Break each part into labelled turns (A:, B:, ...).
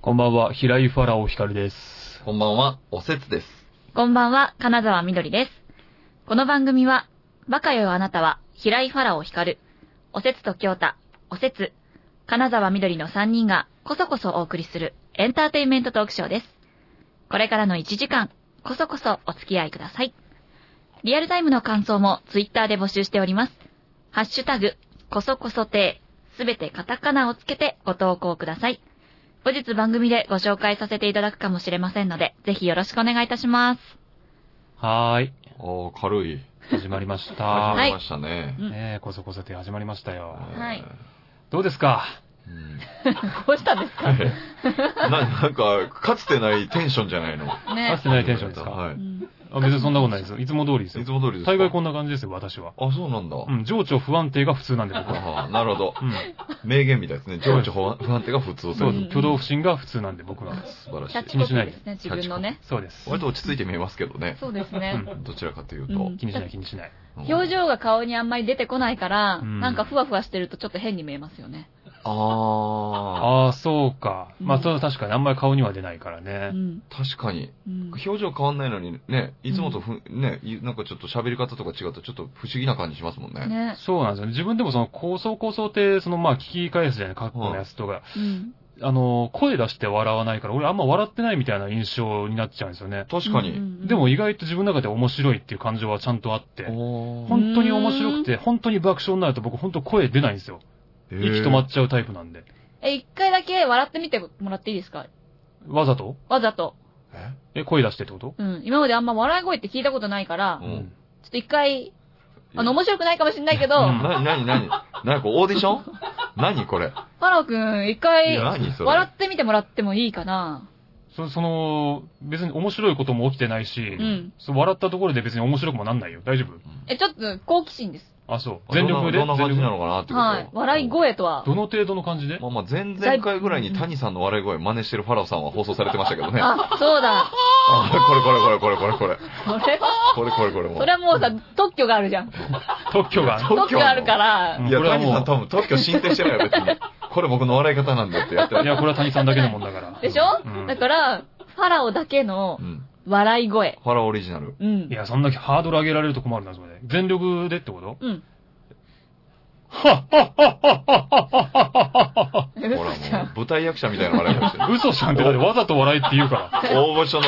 A: こんばんは、平井ファラオ光です。
B: こんばんは、おせつです。
C: こんばんは、金沢みどりです。この番組は、バカよあなたは、平井ファラオ光る、おせつと京太、おせつ、金沢みどりの3人が、こそこそお送りする、エンターテインメントトークショーです。これからの1時間、こそこそお付き合いください。リアルタイムの感想も、ツイッターで募集しております。ハッシュタグ、こそこそてい、すべてカタカナをつけてご投稿ください。後日番組でご紹介させていただくかもしれませんので、ぜひよろしくお願いいたします。
A: はーい、
B: ああ、軽い。
A: 始まりました。
B: 始ま
C: い
B: りましたね。
C: うん
A: ねえ、こそこそて始まりましたよ。
C: はい
A: どうですか
B: うん。
C: どうしたんですか
B: ななんか、かつてないテンションじゃないの。
A: か
C: ね
A: つてないテンションですか、
B: は
C: う
B: い。
C: ん
A: あ別にそんなことないですよ。いつも通りです
B: いつ
A: よ。
B: も通りですか
A: 大概こんな感じですよ、私は。
B: あ、そうなんだ。
A: うん、情緒不安定が普通なんで、僕 は。
B: ああ、なるほど。
A: うん。
B: 名言みたいですね。情緒不安不安定が普通
A: そううんで。
B: です
A: 挙動不審が普通なんで、僕は。
B: す。素晴ら
C: キャッ
B: し
C: チ
B: い。
C: コピーですね、自分のね。
A: そうです。
B: 割と落ち着いて見えますけどね。
C: そうですね。
B: どちらかという
C: う
B: と
C: ん。
A: 気にしない、気にしない。
C: 表情が顔にあんまり出てこないから、
A: うん
C: なんかふわふわしてるとちょっと変に見えますよね。
B: ああ、
A: ああ、そうか。まあ、
C: うん
A: ただ確かにあんまり顔には出ないから
C: う
A: ね。
C: ん。
B: 確かに。
C: うん
B: 表情変わんないのにね、いつもとふ、ね、なんかちょっと喋り方とか違うとちょっと不思議な感じしますもんね。
C: ね。
A: そうなんですよね。自分でもその、構想構想って、その、まあ、聞き返すじゃない、過去のやつとか。
C: うん。
A: あの、声出して笑わないから、俺あんま笑ってないみたいな印象になっちゃうんですよね。
B: 確か
C: うんう
B: に。
C: んうん
A: でも、意外と自分の中で面白いっていう感情はちゃんとあって。
B: おー
A: 本当に面白くて、本当に爆笑になると僕本当声出ないんですよ。
B: えー
A: 息止まっちゃうタイプなんで。
C: え、一回だけ笑ってみてもらっていいですか
A: わざと
C: わざと。
B: え
A: え、声出してってこと
C: うん。今まであんま笑い声って聞いたことないから
B: う、
A: うん
C: ちょっと一回、あの、面白くないかもしれないけど、
A: うん
C: フ
B: な、なになになにこれオーディショ ン何これ
C: ァラオくん、
B: い
C: 一回、
B: や、何それ
C: 笑ってみてもらってもいいかな
A: そその、別に面白いことも起きてないし、
C: うん。
A: そう笑ったところで別に面白くもなんないよ。大丈夫
B: うん
C: え、ちょっと好奇心です。
A: あ、そう。全力で。
B: どんなどんな感じな
A: 全力
B: のかなってこと。
C: はい。笑い声とは
A: どの程度の感じで
B: まあまあ、前々回ぐらいに谷さんの笑い声真似してるファラオさんは放送されてましたけどね。あ
C: あ、そうだ。
B: これこれこれこれこれこれ。
C: それは、
B: これこれこれも
C: それはもうさ、特許があるじゃん。
A: 特許 が。
B: 特許
C: 特許があるから
A: う、ん
B: いや、
A: これは
B: 谷
A: もう
B: さん多分特許申請してないよ、別に。これ僕の笑い方なんだってやって
A: い
B: る。
A: や、これは谷さんだけのもんだから。
C: でしょ
A: うん
C: だから、ファラオだけの
B: うん。
C: 笑い声。
B: ファラオリジナル。
C: うん
A: い。や、そんなハードル上げられると困るな、それ。全力でってこと
C: うん。
A: はっはっはっはっはっはっはっはっはっはっはっは
C: え
B: ほらも
C: 嘘じゃん
B: う、舞台役者みたいな笑い声してる。
A: 嘘じゃんって、だってわざと笑いって言うから。
B: 大御所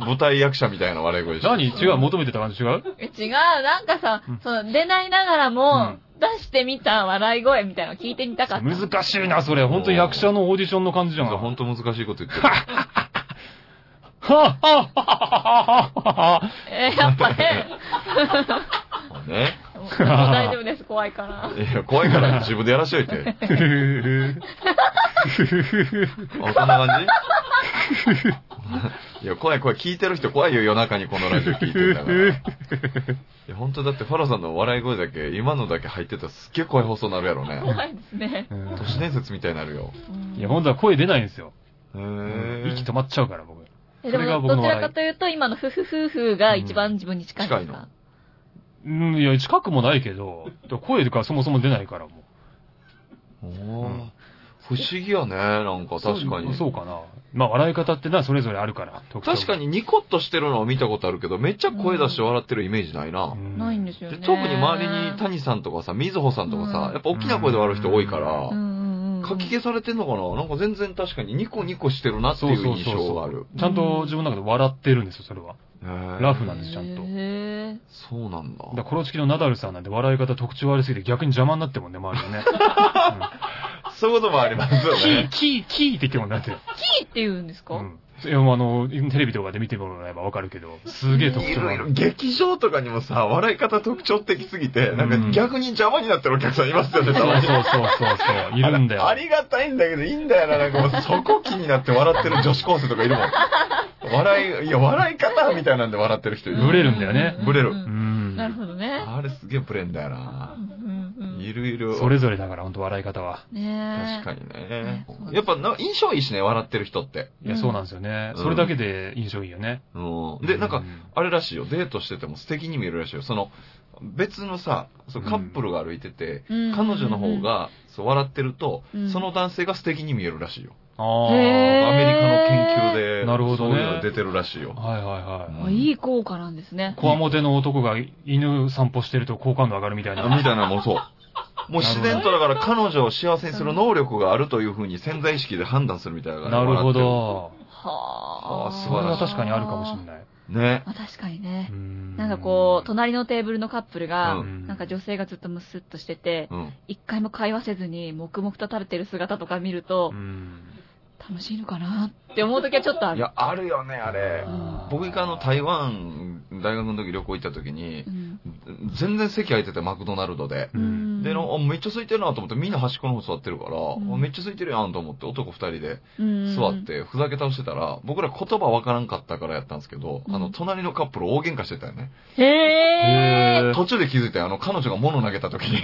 B: の舞台役者みたいな笑い声してる
A: 何違う求めてた感じ違う
C: え 違う、なんかさ
A: うん、
C: その出ないながらも、出してみた笑い声みたいなの聞いてみたかった。
A: 難しいな、それ。本当に役者のオーディションの感じじゃん。
B: そう
A: は
B: 本当難しいこと言ってる。
A: ぁはぁはぁはぁはぁ
C: えーやっぱ ね、
B: ね。
C: もう大丈夫です、怖いから。
B: いや、怖いから自分でやらしといて。
A: ふふふふふ
B: あ、こんな感じいや、怖い怖い。聞いてる人怖いよ、夜中にこのラジオ聞いてるんだ から。いや、本当だって、ファラさんの笑い声だけ、今のだけ入ってたらすっげえ怖い放送になるやろね。
C: 怖いですね。
B: 都市伝説みたいになるよ。
C: う ん
A: いや、本当は声出ないんですよ。
B: へ
A: 息
B: え。
A: 止まっちゃうから、僕。
C: え
A: そ
C: で
A: れが
C: も、
A: 僕
C: ど
A: の
C: ち
A: 笑い
C: らかというと、今のふふふふが一番自分に近いですか
B: 近いの
A: うん、いや、近くもないけど、声がそもそも出ないから、も
B: おー不思議やね、なんか
A: う。
B: 確かに。
A: そうそうかな。まあ、笑い方ってな、それぞれあるから。特徴が
B: 確か。にニコッとしてるのは見たことあるけど、めっちゃ声出して笑ってるイメージないな。
A: うん
C: ないんですよ
B: で
C: ね。
B: 特に周りに谷さんとかさ、水穂さんとかさ
C: う、ん
B: やっぱ大きな声で笑う人多いから
C: うん、うんうん
B: かき消されてんのかななんか全然確かにニコニコしてるなっていう印象がある。
A: ちゃんと自分の中で笑ってるんですよ、それは。ラ
B: ラ
A: フなんですちゃんと
C: へ
B: そうなんだ
A: だか。らコロチキのナダルさんなんて笑い方特徴悪すぎて逆に邪魔になってるもんね、周りにね。
B: そういうこともありますよ
A: キー、
B: ね。
A: キー、キーって言ってもなってる。
C: ーキーって言うんですか、
A: うん。いや、もうあの、テレビとかで見てもらえばわかるけど、すげえ特
B: い
A: 徴が
B: ろ
A: あ
B: いろ
A: る。
B: 劇場とかにもさ、笑い方特徴的すぎて、なん
A: うん
B: か逆に邪魔になってるお客さんいますよ
A: そ
B: ね、
A: う
B: た
A: そう
B: まに。
A: そうそうそう、いるんだよ。
B: ありがたいんだけど、いいんだよな。なんかもうそこ気になって笑ってる女子高生とかいるもん。笑い、いや、笑い方みたいなんで笑ってる人い
A: ブ
B: る。
A: レるんだよね
B: ブレる
A: う
C: なる
A: ん。
C: ほどね。
B: あれすげえブレんだよな
C: う。んうん
B: いるいる。
A: それぞれだから、ほんと笑い方は。
C: ねえ
B: 確かにね
C: ねそうで。す
B: やっぱな印象いいしね、笑ってる人って。
A: いや、そうなんですよね。
B: うん
A: それだけで印象いいよね。
B: うん。で、な
A: う
B: んか、あれらしいよ、デートしてても素敵に見えるらしいよ。その、別のさ、そうカップルが歩いてて、
C: うん
B: 彼女の方、が、そう、笑ってると、
C: うん
B: その男性が素敵に見えるらしいよ。
A: ああ。
C: へー
B: アメリカの研究で、
A: なるほどね
B: そういうのが出てるらしいよ。
A: はいはいはい。
C: あいい効果なんですね。
A: こわもての男が犬散歩してると好感度上がるみたいな。
B: みたいなもん そう。もう自然とだから彼女を幸せにする能力があるというふうに潜在意識で判断するみたいなのがね
A: なるほ。ど。
C: はあ。
B: あー
A: そ
B: 素晴
A: れ
B: ら
A: は
B: しい
A: 確かにあるかもしれない。
B: ね。
C: まあ確かにね
A: う。ん
C: なんかこう、隣のテーブルのカップルが
B: う、
A: ん
C: なんか女性がずっとムスッとしてて、
B: うん。
C: 一回も会話せずに黙々と食べてる姿とか見ると
A: う、ん
C: 楽しいのかなって思う時はちょっとあ
B: い
C: る。
B: や、あるよね、あれ
C: う。ん
B: 僕一回あの台湾大学の時旅行行った時に
C: う、ん
B: 全然席空いててマクドナルドで。
A: うん
B: で、のあめっちゃ空いてるなと思って、みんな端っこの方座ってるから、
C: ん
B: あめっちゃ空いてるやんと思って、男二人で
C: うん
B: 座っ。て、ふざけ倒してたら、僕ら言葉わからんかったからやったんですけど、
C: うん
B: あの、隣のカップル大喧嘩してたよね。
C: へー。
A: へー
B: 途中で気づいて、あの、彼女が物投げた時 に、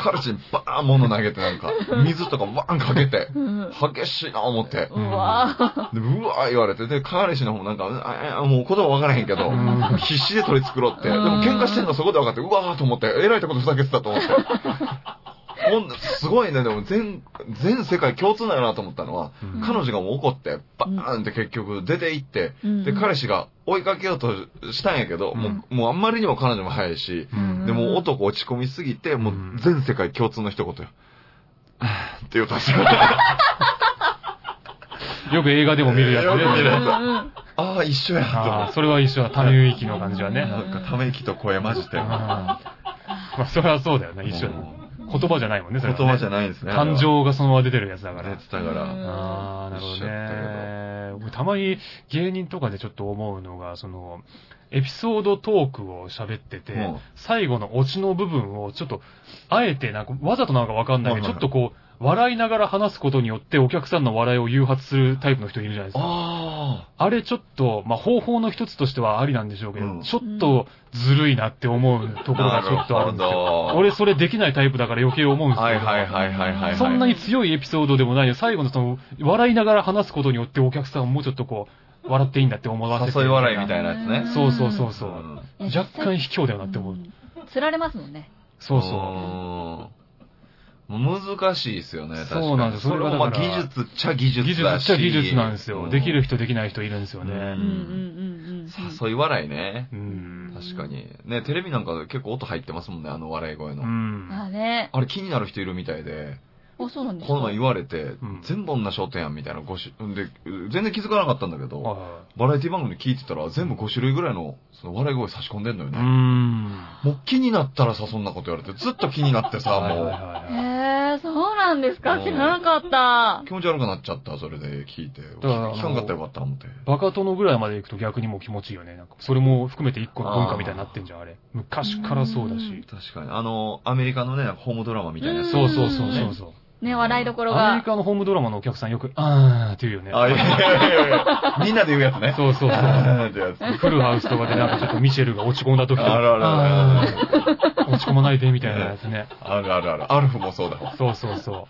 B: 彼氏にバーン物投げて なんか、水とかバーンかけて、
C: うん
B: 激しいな思って、
C: うわー
B: でうわー言われて、で、彼氏の方もなんか、ああもう言葉わからへんけど
A: うん、
B: 必死で取り繕って、でも喧嘩してんのそこで分かって、うわーと思って、えらいとことふざけてた と思って。ほんすごいね、でも全、全世界共通なんやなと思ったのは、
A: うん
B: 彼女がもう怒って、バーンって結局出て行って、
C: うん
B: で、彼氏が追いかけようとしたんやけど、
A: うん
B: もう、もうあんまりにも彼女も早いし、
A: うん
B: でも男落ち込みすぎて、もううん全世界共通の一言よ。はぁって言うたんですよ。
A: よく映画でも見るやつ
B: よく見るや
A: ね。
B: つああ、一緒やと思
A: あ
B: っ
A: ー
B: て。
A: それは一緒だ。ため息の感じはね。
B: なんかため息と声混じって。
A: あーまあ、それはそうだよね、 一緒だ
B: も
A: 言葉じゃないもんね、それ
B: 言
A: はね、
B: 葉じゃないんですね。
A: 感情がそのまま出てるやつだ
B: あ
A: か
B: れは。
A: ら
B: 出。てたか
A: あ
B: ら。
A: あ、なるほ
B: 一緒やったけ
A: どね。僕たまに芸人とかでちょっと思うのが、その、エピソードトークを喋ってて、
B: うん
A: 最後のオチの部分をちょっと、あえてなんか、わざとなんかわかんないけど、
B: は
A: ち
B: い
A: ょっ
B: はい
A: とこう、笑いながら話すことによってお客さんの笑いを誘発するタイプの人いるじゃないですか。
B: あ
A: あれちょっと、まあ、方法の一つとしてはありなんでしょうけど、
B: うん
A: ちょっとずるいなって思うところ
B: あ。
A: がち
B: なる
A: ょっとある
B: ほ
A: んですよ。
B: ど。
A: 俺それできないタイプだから余計思うんですけど、
B: はいはいはいはいはいはい。
A: そんなに強いエピソードでもないよ。最後のその、笑いながら話すことによってお客さんをもうちょっとこう、笑っていいんだって思わせて。
B: 誘い笑いみたいなやつね。
A: そうそうそうそうう。
B: ん
C: うん
A: 若干卑怯だよなって思う。
C: 釣られますもんね。
A: そうそう。
B: うーん。もう難しいですよね、確かに。
A: そうなんです
B: そ
A: そ
B: れ
A: れ
B: も
A: が
B: まあ
A: だから
B: 技術っちゃ
A: 技
B: 技術
A: 術
B: だ
A: っ
B: し。
A: ちゃ技術なんですよ。できる
B: 人
A: 人できない人いるんですよね。
C: うん
B: 誘い笑いね。
A: うん。
B: 確かに。ね、テレビなんか結構音入ってますもんね、あの笑い声
A: う
B: の。
A: ん。
C: まあね。
B: あれ気になる人いるみたいで、
C: あ、そうなんです
B: この前言われて、
A: ん
B: 全部女商店やんみたいな5種、で、全然気づかなかったんだけど、
A: は
B: バラエティ番組聞いてたら全部5種類ぐらいの、その笑い声差し込んでんのよ
A: い。う
B: ね。
A: ん。
B: もう気になったらさ、そんなこと言われて、ずっと気になってさ、
A: はいはい
B: も
A: はいはい
C: へえ、そうなんです
B: う
C: か
B: ん
C: 知らなかった
B: う、。気持ち悪くなっちゃった、それで聞いて。聞
A: から
B: かんかったらよかった、思って。
A: バカ殿ぐらいまで行くと逆にもう気持ちいいよね。なんかそれも含めて一個の文化みたいになってんじゃん、あれ。昔からそうだし。
B: 確かに。あの、アメリカのね、ホームドラマみたいなやつ。
A: そうそうそうそうそう。
C: ね、笑いどころ
A: アメ
C: が
A: リ。カのホームドラマのお客さんよく、あーって言うよね。
B: あ、いやいやいや いやみんなで言うやつね。
A: そうそうそう。
B: あー ってやつ。
A: フルハウスとかでなんかちょっとミシェルが落ち込んだ時とか、
B: あるあるある
A: あー落ち込まないでみたいなやつね。
B: あるあるある。アルフもそうだわ。
A: そうそうそ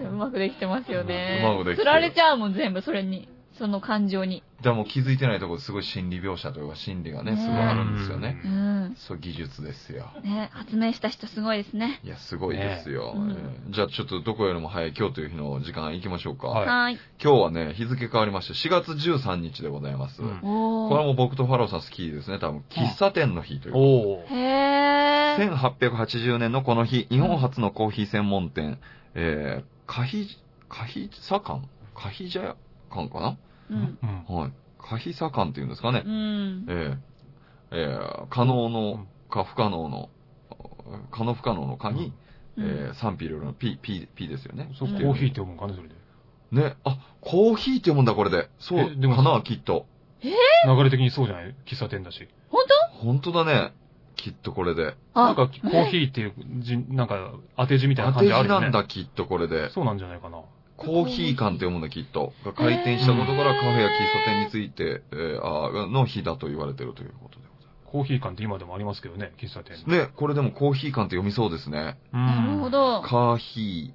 A: う
C: まくできてますよね。
B: うまくできてる
C: 釣られちゃうもん、全部、それに。その感情に。
B: じゃあもう気づいてないところですごい心理描写というか心理がね、すごいあるんですよね。
C: うん。
B: そう、技術ですよ。
C: ね、発明した人すごいですね。
B: いや、すごいですよ。
C: ね
B: えーじゃあちょっとどこよりも早い今日という日の時間行きましょうか。
A: はい
C: はーい。
B: 今日はね、日付変わりまして4月13日でございます。
A: うん
C: お
B: これ
C: ー。
B: も僕とファローさん好きですね、多分。
A: うん
B: 喫茶店の日という。
A: おー。
C: へー。
B: 1880年のこの日、日本初のコーヒー専門店、えー、カヒ、カヒサカンカヒジャヤ館かな
C: うん。
A: うん
B: はい。カヒサカンっていうんですかね
C: う。ん。
B: えー、えー、可能
A: う
B: の
A: ん、
B: か不可能の、可能不可能の可に、
C: うん
B: えー、賛否両論の P、P、P ですよね。
A: そう、
C: うん
A: コーヒーって読むんかね、それで。
B: ね、あ、コーヒーって読むんだ、これで。そう、
A: えでも
B: かな、きっと。
A: 流れ的にそうじゃない喫茶店だし。
B: 本当だね。きっとこれで。
C: あ
A: なんか、コーヒーっていう字、なんか、当て字みたいな
B: 当
A: 感
B: て字
A: じあるよ
B: な
A: ね。
B: んだ、きっとこれで。
A: そうなんじゃないかな。
B: コーヒー館って読むんだ、きっと。が開店したことからカフェや喫茶店について、えー、あーの日だと言われてるということでござい
A: コーヒー館って今でもありますけどね、喫茶店。
B: ます。ね、これでもコーヒー館って読みそうですね。
A: うん
C: なるほ。ど。
B: カーヒ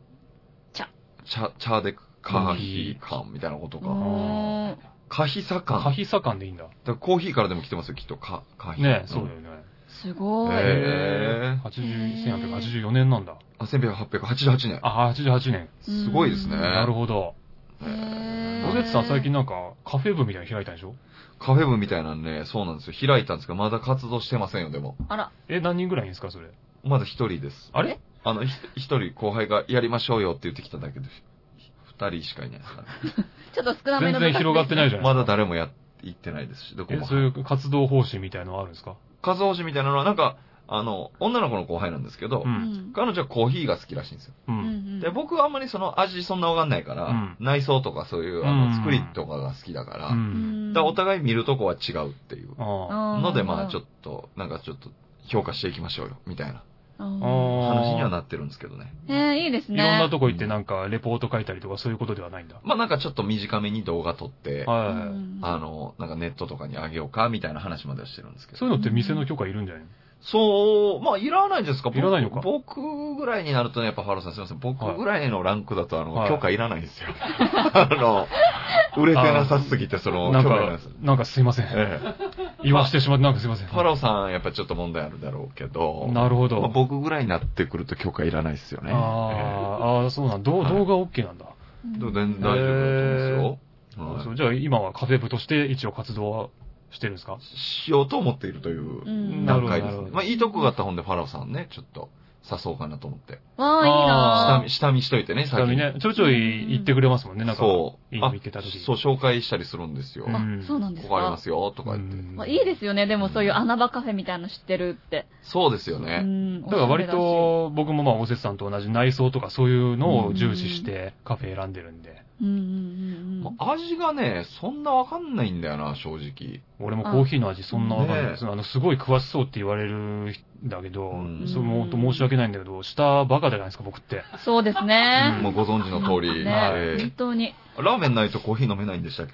B: ー。
C: 茶。
B: 茶、茶でカーヒー館みたいなこと
C: う
B: か。
C: ーん
B: カヒサ
A: カ
B: 館。
A: ヒサ館でいいんだ。
B: だからコーヒーからでも来てますよ、きっと。カ、カヒ。
A: ね、そうだよね。
C: すごい。
B: えへー
A: 80 1884年なんだ。
B: あ、1888年。
A: あ、88年。
B: すごいですね。
C: うん
A: なるほど。
B: え
A: ロゼッツさん最近なんかカフェ部みたいなの開いたんでしょ
B: カフェ部みたいなのね、そうなんですよ。開いたんですけど、まだ活動してませんよ、でも。
C: あら、
A: え、何人ぐらいいるんですか、それ。
B: まだ一人です。
A: あれ
B: あの、ひ一人後輩がやりましょうよって言ってきただけです。二人しかいないですか
C: ちょっと少なめ
A: 全
C: の。
A: 然広がってないじゃ
B: ら。
A: ない
B: ま
A: で
B: だ
A: すか。
B: 誰もやっ、行ってないですし、どこ
A: え
B: も、。
A: そういう活動方針みたいのはあるんですか
B: 和星みたいなのは、なんか、あの、女の子の後輩なんですけど、
A: う。
C: うんん。
B: 彼女はコーヒーが好きらしいんですよ。
A: う。
C: うんん
B: で、僕はあんまりその味そんなわかんないから、
A: うん
B: 内装とかそういう、あ
A: うん
B: の、作りとかが好きだから、
A: う
B: だか
A: ん。
B: らお互い見るとこは違うっていう。
A: あ
B: ので、まあちょ
C: っ
B: っと、なんかちょっと、評価していきましょうよ、みたいな
C: と。
A: あ。
C: あ
B: 話には
A: ああ。
B: なってるんですけどね。
C: ーえー、いいです
A: い
C: ね。
A: ろんなとこ行ってなんかレポート書いたりとかそういうことではないんだ。
B: まあなんかちょっと短めに動画撮って、
C: う
A: は
C: ん
B: あの、なんかネットとかにあげようか、みたいな話まではしてるんですけ
A: い。
B: ど。
A: そういうのって店の許可いるんじゃないの
B: そう、まあ、いらないですか僕
A: いらないのか
B: 僕ぐらいになるとね、やっぱ、ハローさんすいません。僕ぐらいのランクだと、あの、
A: はい
B: 許可いらないんですよ。 あの、売れてなさすぎて、その、
A: なん
B: 許可いらないで
A: か
B: す。、
A: なんかすいません。
B: ええ
A: 言わしてしまってなんかすいません。
B: ハローさん、やっぱちょっと問題あるだろうけど、
A: なるほど。
B: まあ、僕ぐらいになってくると許可いらないですよね。
A: あーあー、そうなんだ。動
B: はい
A: 動画 OK なんだ。
B: ええ全然大丈夫だと思うんですよ。はい
A: そうじゃあ今はカフェ部として一応活動はしてるんですか
B: しようと思っているという
C: うん
A: なるほ
B: 段
A: ど
B: 階です
A: なる
B: ね
A: ほ。ど
B: まあ、いいとこがあった本で、ファラオさんね、ちょっと誘おうかなと思って。
C: わあ、いい
A: あ
B: 下
C: な
B: 見、下見しといてね、
A: ちなみにね、ちょいちょい行ってくれますもんね、なんか。
B: そう。
A: いいの見てた時
B: あそう、紹介したりするんですよ。
A: う
B: こ
A: ん
C: あそうなんです
B: こありま
C: か。
B: すよ、と
A: う
B: か言って。
A: ん
C: まあいいですよね、でもそういう穴場カフェみたいなの知ってるって。
B: そうですよ
C: う
B: ね。
C: ん。
A: だから割と僕もまあ、おせつさんと同じ内装とかそういうのを重視してカフェ選んでるんで、
C: うんうんうんう
B: ま
C: ん。
B: あ味がね、そんなわかんないんだよな、正直。
A: 俺もコーヒーの味そんなわかんないです。
B: ね
A: あの、すごい詳しそうって言われるんだけど、
B: うん
A: それも本当申し訳ないんだけど、下バカじゃないですか、僕って。
C: そうですね。
B: もうご存知の通り。
C: ね、
B: え
C: 本当に。
B: ーラーメンないとコーヒー飲めないんでしたっけ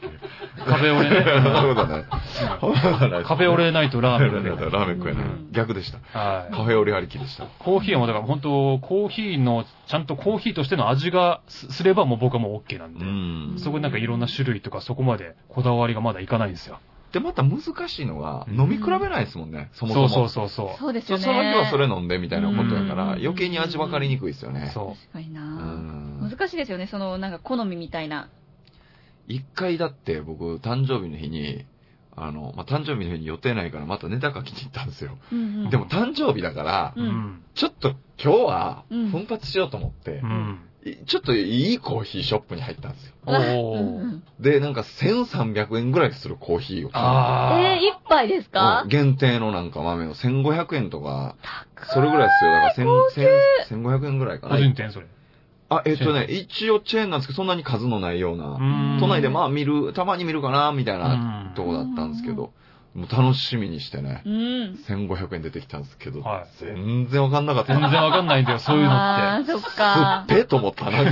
A: カフェオレね。
B: そうだね。
A: カフェオレないとラーメン
B: ラーメン
A: で。
B: ラーメン食えな
A: う
B: い
A: ん。
B: 逆でした。
A: はい。
B: カフェオレありきでした。
A: コーヒーはもうだから本当、コーヒーの、ちゃんとコーヒーとしての味がすすればもう僕はもう OK なん
B: う
A: で、
B: ん。
A: そこになんかいろんな種類とかそこまでこだわりがまだいかないんですよ。
B: で、また難しいのは、
A: うん
B: 飲み比べないですもんね、そもそ
A: そ
B: も。
A: うそうそうそ
C: そうです
B: そ
C: よ
B: う
C: ね。
B: その日はそれ飲んでみたいなことやから、
C: うん
B: 余計に味わかりにくいですよ
A: う。
B: ね。
A: そ
C: 確かに
B: う
C: な、
B: ん
C: 難しいですよね、その、なんか好みみたいな。
B: 一回だって僕、誕生日の日に、あの、まあ、誕生日の日に予定ないからまたネタ書きに行ったんですよ。
C: うんうん
B: でも、誕生日だから
A: う。
C: う、
A: うんん。
B: ちょっと今日は
C: うん
B: 奮発しようと思って
A: う、ん。
B: いちょっといいコーヒーショップに入ったんですよ。
A: お
C: う
A: お
C: んう
A: ー。
C: ん
B: で、なんか1300円ぐらいするコーヒーを買っ
A: あ
C: え
A: あ。
C: ー、一杯です
B: た
C: か
B: うん限定のなんか豆を1500円とか、
C: 高
B: それぐらいですよ。だから千
C: 高級
B: 千1500円ぐらいか
A: 個
B: な。
A: 人店それ。
B: あ、えっとね、一応チェーンなんですけど、そんなに数のないよう
A: う
B: な。
A: ん
B: 都内でまあ見る、たまに見るかな、みたいな
A: うん
B: とこだったんですけど、もう楽しみにしてね、
C: うん。
B: 1500円出てきたんですけど、
A: はい
B: 全然わかんなかった。
A: 全然わかんないんだよ、そういうの
C: あ
A: って。
C: ーそっ
B: す
C: か
B: っ。ぺえと思った。なんか、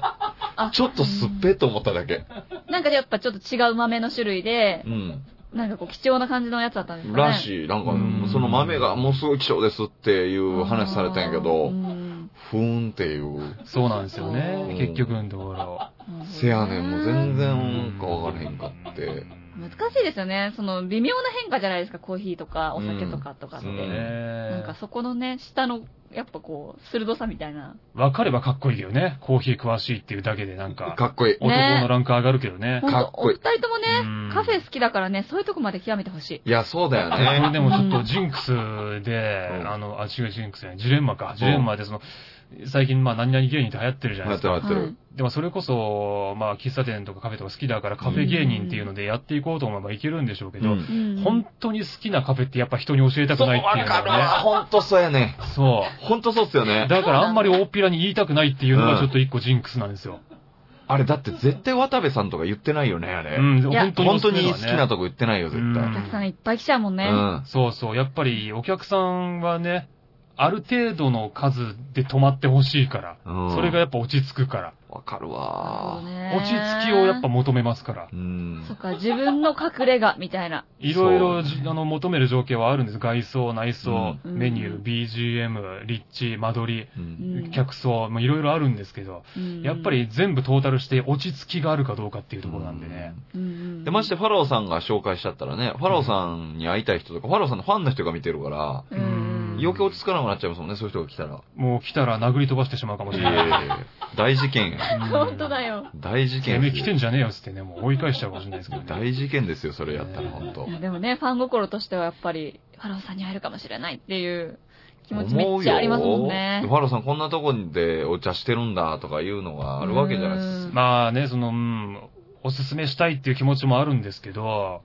B: あ
C: あ
B: の、ちょっとすっぺえと思っただけ。
C: なんかじゃあやっぱちょっと違う豆の種類で
B: う、ん。なん
C: なんかこう貴重な感じのやつだったんですかね。
B: らしい。なんか、
A: うん
B: その豆がもうすごい貴重ですっていう話されたんやけ
C: う
B: ど、
C: ん
B: ふーんっていう。
A: そうなんですよ
C: う
A: ね
B: ん。
A: 結局のところ。
B: せやねん、もう全然なんかわ
A: わ
B: からへんかって。。
C: 難しいですよね。その微妙な変化じゃないですか、コーヒーとかお酒とかとかって。
B: うん
A: ね
C: なんかそこのね、下の、やっぱこう、鋭さみたいな。
A: わかればかっこいいけどね。コーヒー詳しいっていうだけでなんか、
B: かっこいい。
A: 男のランク上がるけどね。
C: ほん
B: か
C: と
B: っ、
C: お
B: こい
C: 二
B: い
C: 人とも
A: うん
C: ね、カフェ好きだからね、そういうとこまで極めてほしい。
B: いや、そうだよ
A: これ
B: ね。
A: でもちょっとジンクスで、
B: うん
A: あの、あ、違うジンクスじゃない、ジレンマか。ジレンマでその、最近まあ何々芸人って流行ってるじゃない
B: や
A: で
B: っ
A: すか。
B: てるやって
C: はい
B: る。
A: でもそれこそ、まあ喫茶店とかカフェとか好きだからカフェ芸人っていうのでやっていこうと思えばいけるんでしょうけ
B: う
A: ど、
B: ん
A: 本当に好きなカフェってやっぱ人に教えたく
B: そう、
A: ないってい
B: わ
A: うの
B: かるわ。
A: はね。
B: ほんとそうやね。
A: そ
B: ほんとそうっすよね
A: う。。 だからあんまり大っぴらに言いたくないっていうのがちょっと一個ジンクスなんですよ。
B: あれ、だって絶対渡部さんとか言ってないよね、あれ。
A: うん、
C: いや
A: 本当にお
B: 本
A: すす
B: 当
A: め
B: に
A: の
B: 好
A: は
B: き
A: ね
B: なとこ言ってないよ、絶
A: う
B: 対
C: お
A: ん。
C: 客さんいっぱい来ちゃうもん
B: う
C: ね。
B: ん。
A: そうそう。やっぱりお客さんはね、ある程度の数で止まってほしいから、
B: うん
A: それがやっぱ落ち着くから、
B: わかる
C: そう
B: わ
C: ね
A: 落ち着きをやっぱ求めますから、
B: ー。うん
C: そっか、自分の隠れ家みたいな。
A: いろいろ
B: そう
A: じ、あの、求める条件はあるんです。外装、内装、
C: うん
A: メニュー、
C: うん
A: BGM、立地、間取
B: う
C: うん
A: り、
C: ん
A: 客層、まあ、いろいろあるんですけど、やっぱ、り全部トータルして落ち着きがあるかどうかっていうところなんでね。
C: うん
B: で、まして、ファラオさんが紹介しちゃったらね、ファラオさんに会いたい人とか、ファラオさんのファンの人が見てるから、
C: うんうん
B: 余計落ち着かなくなっちゃいますもんね、そういう人が来たら。
A: もう来たら殴り飛ばしてしまうかもし
B: い
A: れ
B: やい
A: ない。
B: やいや大事件や。
A: うん
C: 本当だ。よ。
B: 大事
A: て
B: 件
A: め
B: で
A: え
B: す
A: 来
B: よ
A: てんじゃねえよっつってね、もう追い返しちゃうかもしれないですけどね。
B: 大事件ですよ、それやったら、ほんと
C: い。やでもね、ファン心としてはやっぱり、ファラオさんに会えるかもしれないっていう気持ちめっちゃありますもん
B: 思
C: ね
B: うよ。ファラオさんこんなとこでお茶してるんだとかいうのがあるわけじゃないです
C: うん
A: まあね、その、うん、おすすめしたいっていう気持ちもあるんですけど、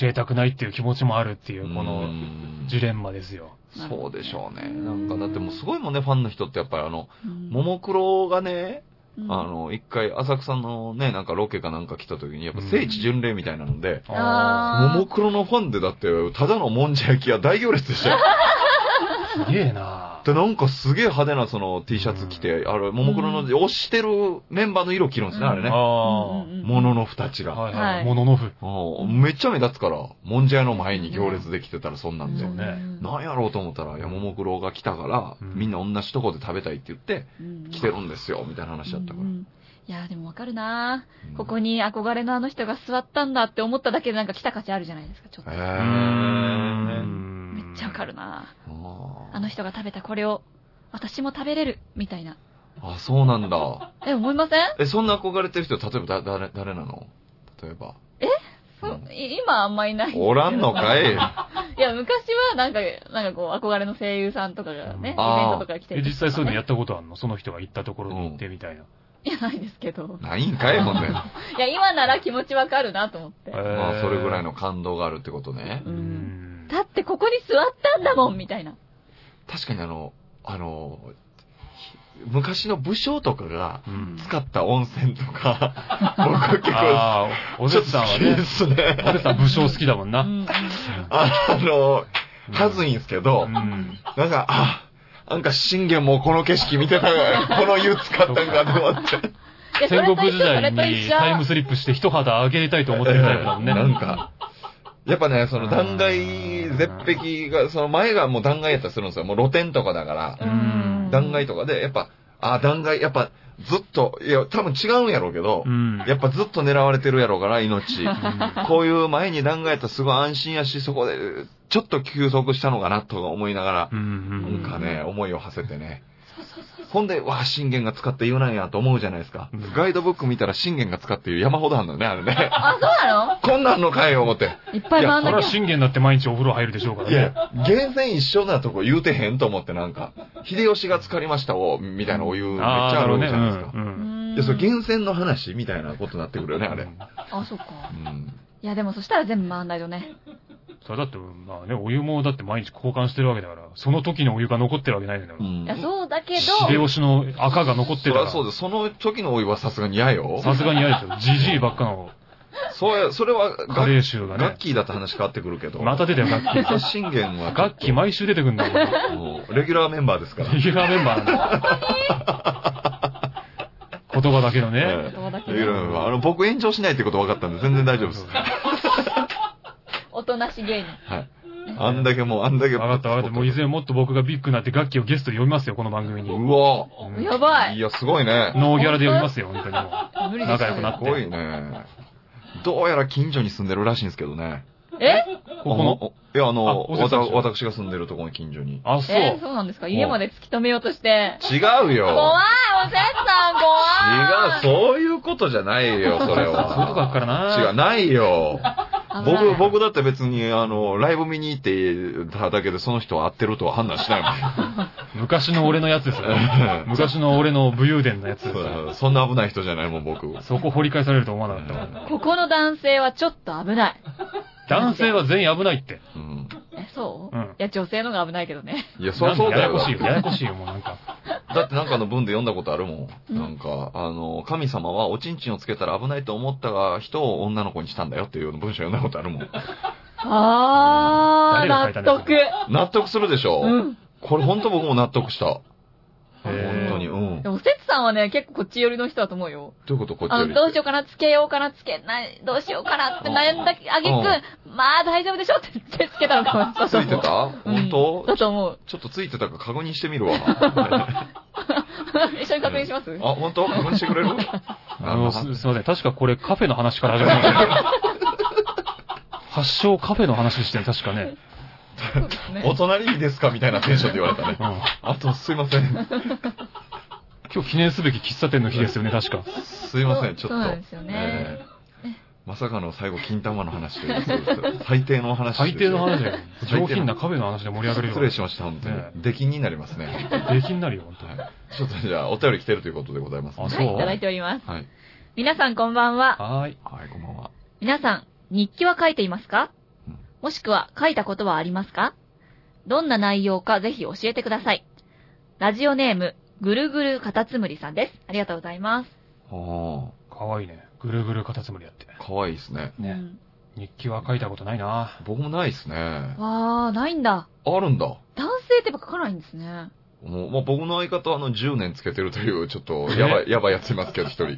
A: 教えたくないっていう気持ちもあるっていう、こ
B: う
A: の
B: ん
A: ジレンマですよ。
B: そうでしょうね。なんかだってもうすごいもんね、ファンの人ってやっぱりあの、
C: うん
B: ももクロがね、
C: うん
B: あの、一回浅草のね、なんかロケかなんか来た時に、やっぱ聖地巡礼みたいなので、
C: あ
B: ももクロのファンでだって、ただのもんじゃ焼き屋大行列でした よ。
A: あ、すげえな
B: で、なんかすげえ派手なその T シャツ着て、あれ、ももクロの推してるメンバーの色着るんですね、
C: うん
B: あれ
A: あ
B: ね。
A: あ、
C: うんうんうん
B: もののふたちが。
A: はいは。
C: はいい
A: もののふ。
B: うんめっちゃ目立つから、もんじゃ屋の前に行列できてたらそんなんで
A: う。んね
B: なんやろうと思ったら、いや、ももクロが来たから、
A: うん
B: みんな同じとこで食べたいって言って、来てるんですよ、みたいな話だったか
C: う
B: ら。
C: んいやでもわかるな
B: うん
C: ここに憧れのあの人が座ったんだって思っただけでなんか来た価値あるじゃないですか、ちょっと。
B: へ
A: う
B: ー。
C: めっちゃわかるな
B: あー
C: あの人が食べたこれを、私も食べれる、みたいな。
B: あ、そうなんだ。
C: え、思いません
B: え、そんな憧れてる人、例えばだ誰、誰なの例えば。
C: そ
B: うん
C: い今あんまいない。
B: おらんのかい
C: いや、昔はなんか、なんかこう、憧れの声優さんとかがね、イベン
B: あー
C: トとか来て
A: え、
C: る、
A: 実際そういうのや
C: っ
A: ったことあんのその人が行ったところに行ってみたいな。
C: いや、ないですけど。
B: ないんかい、ほんで。
C: いや、今なら気持ちわかるなと思って。
B: まあ、それぐらい
A: の。
B: の感動があるってことね
A: う。ん。
C: だってここに座ったんだもん、みたいな。
B: 確かにあの、あの、ひ昔の武将とかが
A: うん
B: 使った温泉と か、僕は結構、
A: ああ、お
B: ち
A: せ
B: ょっ
A: つ
B: と
A: さん
B: 好
A: は
B: き
A: ね、
B: です
A: おせ
B: ね。
A: つさん武将好きだもん
C: う
A: な。
C: ん。
B: あの、数いんすけど、
A: う
B: なん
A: ん。
B: か、あ、なんか信玄もこの景色見てたから、この湯使ったんかと思って。
C: いやそれ
A: 戦
C: と
A: 国時代
C: それと
A: に
C: 一緒
A: タイムスリップして一肌上げたいと思ってるタイプだも んね。
B: なんか、やっぱね、その断崖絶壁が、その前がもう断崖やったりするんですよ。もう露天とかだから
A: う、
C: ん
B: 断崖とかで、やっぱ、あ、断崖、やっぱずっと、いや、多分違うんやろうけど
A: う、ん。
B: やっぱずっと狙われてるやろうから、命。
A: うん
B: こういう前に断崖やったらすごい安心やし、そこで、ちょっと休息したのかなとか思いながら、
A: うん
B: なんかね、思いを馳せてね。ほんで、わあ、信玄が使って言うなんやと思うじゃないですか
A: うん。
B: ガイドブック見たら信玄が使って言う山ほどあるのね、あれね。
C: あ、そうな
B: こんなんあんのかい、思って。
C: のいっぱい回ん
A: それ
C: な
A: は
C: きゃ。
A: 信玄だって毎日お風呂入るでしょうから
B: いや
A: ね。、
B: 厳選一緒なとこ言うてへんと思ってなんか、秀吉が疲れましたを、みたいなお湯めっち
A: ああ、
B: ゃ
A: な
B: あ
A: る
B: る
A: ほど
B: じ
A: ね。
B: ゃ
A: う
B: ないですか。
A: んうん
B: いや、それ厳選の話みたいなことになってくるよね、あれ。
C: あ、そっか。
B: うん。
C: いや、でもそしたら全部回んないとね。
A: それだって、まあね、お湯もだって毎日交換してるわけだから、その時のお湯が残ってるわけないんだよ
B: う。ん
C: いや、そうだけど、
A: 秀吉の赤が残って
B: そ
A: る
B: り
A: か
B: ゃそう
A: ら、
B: です。その時のお湯はさすがに嫌よ。
A: さすがに嫌でしょ。じじいばっかの
B: そうや、それは、ガ
A: 加
B: ッ
A: 齢臭が
B: ガッ
A: ね。
B: キーだった話変わってくるけど。
A: また出たよ、ガッキー。
B: た信玄は、
A: ガッキー毎週出てくんだもん。レ
B: もうレギュラーメンバーですから。
A: ギュラーメンバーなんだ。言葉だけど
B: え
A: ね。
C: そうだ
B: え
C: け
B: レギュラー
C: ど、
B: メンバー。あの、僕炎上しないってこと分かったんで、全然大丈夫です。
C: おとなし芸人。
B: はい。あんだけもう、あんだけ。
A: 分かった分かった。もういずれもっと僕がビッグになって楽器をゲストで呼びますよ、この番組に。
B: うわ
A: うん
C: やば
B: い
C: い。
B: や、すごいね。
A: ノーギャラで呼びますよ、本当にもう。
C: 無理です
A: 仲良くなっ
B: すごいね。どうやら近所に住んでるらしいんですけどね。
C: え
A: ここの。
B: あいや、あの、
A: あお世
B: わ
A: 話
B: た
A: になってま
B: 私が住んでるところの近所に。
A: あ、そう。
C: えそうなんですか家まで突き止めようとして。
B: 違う
C: 怖い
B: よ。
C: おせっさん怖
B: 違う、
C: い
B: そういうことじゃないよ、それ
A: そういうとこある
B: は。
A: からな。
B: 違う、ないよ。
C: 危ない
B: 僕、僕だって別に、あの、ライブ見に行ってただけでその人は合ってるとは判断し ない
A: 昔の俺のやつですよ。昔の俺の武勇伝のやつです
B: もん
A: よ。
B: うん。そんな危ない人じゃないもん、僕。
A: そこ掘り返されると思わなかったもん。
C: ここの男性はちょっと危ない。
A: 男性は全員危ないって。
B: うん。
C: え、そう、
A: うん
C: いや、女性のが危ないけど ね。
B: いや、そうそう
A: なんか
B: だ
A: やや
B: よ
A: こ。しいよ、ややこしいよ、もうなんか。
B: だってなんかの文で読んだことあるも。
C: うんん
B: なんか、あの、神様はおちんちんをつけたら危ないと思ったが、人を女の子にしたんだよっていう文章読んだ ことあるもん。
C: あー、
A: 誰が書いた
C: 納
A: んだ
C: 得。
B: 納得するでしょ
C: うん。
B: これ本当僕も納得した。
A: へ
B: 本
A: ー
B: 当に。うん。
C: で
B: ど
C: も、せつさんはね、結構こっち寄りの人だと思うよ。
B: ういうことこっち
C: あ
B: よ
C: の、
B: り。
C: どうしようかな、つけようかな、つけない、どうしようかなって悩んだあげく、まあ大丈夫でしょって言ってつけたのかもしれ
B: ついてた本当
C: だと思う。
B: ちょっとついてたか確認してみるわ。あ、
C: 一緒に確認します
B: 本当確認してくれる
A: あの、すすいません。確かこれカフェの話から始まりましたね。発祥カフェの話でしたね、確かね。
C: そうですね
B: お隣いいですかみたいなテンションで言われたね
A: う。ん。
B: あと、すいません。
A: 今日記念すべき喫茶店の日ですよね、確か。
B: すいません、ちょっと。
C: そうなんですよね。
B: ええまさかの最後、金玉の話ということで最低のお話です
A: 最低
B: よ。
A: の話で、
B: 最低
A: 上
B: の
A: 品なカフェの話で盛り上がれる
B: 失礼しました、本当
A: ね
B: に。出禁になりますね。
A: 礼金になるよ、本当に。
B: はい。ちょっとじゃあ、お便り来てるということでございますね。
A: あそ
C: は
A: う
C: い、いただいております。
B: はい。
C: 皆さんこんばんは。
A: はーい。
B: はい、こんばんは。
C: 皆さん、日記は書いていますか
B: うん
C: もしくは書いたことはありますかどんな内容かぜひ教えてください。ラジオネーム、ぐるぐるかたつむりさんです。ありがとうございます。
B: あ
A: かわいいね。ぐるぐるカタツムリやって。
B: あ、かわいいですね。
A: ね
C: うん
A: 日記は書いたことないな
B: 僕もないですね。あ
C: わー、ないんだ。
B: るんだ。
C: 男性ってやっぱ書かないんですね。
B: もう、まあ、僕の相方はあの10年つけてるという、ちょっと、やばい、やばいやついますけど、一人。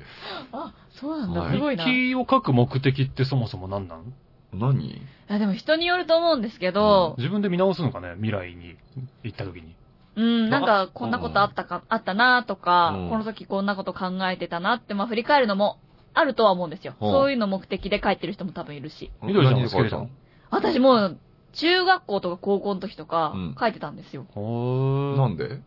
C: あ、そうなん
B: は
C: だ。
B: い
C: すごい
A: 日
C: な。い
A: 記を書く目的ってそもそも何なん
B: 何
C: や、でも人によると思うんですけど、
A: 自分で見直すのかね未来に行った時に。
C: うん、なんかこんなことあったか、あったなとか
B: うん、
C: この時こんなこと考えてたなって、まあ振り返るのもあるとは思うんですよ。
B: うん
C: そういうの目的で書いてる人も多分いるし。
A: 緑ちゃん
B: 何
A: も
B: で
A: 好
B: 書
A: きじ
B: いた
A: ゃ
B: の
A: ん。
C: 私もう、中学校とか高校の時とか
B: うん
C: 書いてたんですよ。
A: ほ
B: な
A: ー。
B: んで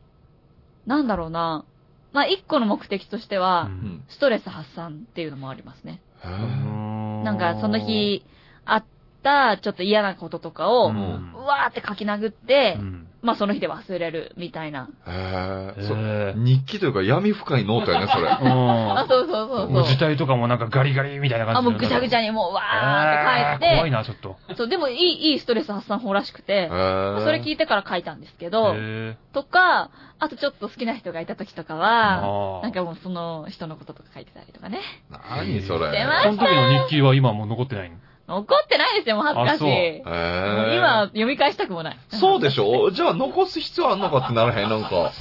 C: なんだろうな。まあ一個の目的として
A: う
C: は、
A: ん
C: ストレス発散っていうのもありますね。
B: へ
A: う
B: ー
A: ん
C: なんかその、日あったちょっと嫌なこととかを、
A: う
B: うんん
C: うわーって書き殴って、
A: うん
C: まあその日で忘れるみたいな。
B: へえ。そう
A: え
B: 日記というか闇深いノートやね、それ。
A: えうん
C: あ、そうそう そう
A: もう
C: そ
A: 字
C: う。
A: 体とかもなんかガリガリみたいな感じ
C: あ、もうぐちゃぐち
A: ゃ。
C: ゃにもうわー
A: あ
C: って
A: ー怖
C: 書
A: い
C: い
A: な、ちょっと。
C: て、 そう、でもいい、いいストレス発散法らしく
B: へ
C: て、
B: ー
C: それ聞いてから書いたんですけど、
A: へー
C: とか、あとちょっと好きな人がいた時とか
A: あ
C: は、
A: ー
C: なんかもうその人のこととか書いてたりとかね。
B: 何それ。
C: 出ま
A: その時の日記は今もう残ってないの
C: 怒ってないですよ、もう恥ずかしい。
B: へ
C: もう今、読み返したくもない。
B: ーそうでしょじゃあ残す必要あんのかってならへん、なんか。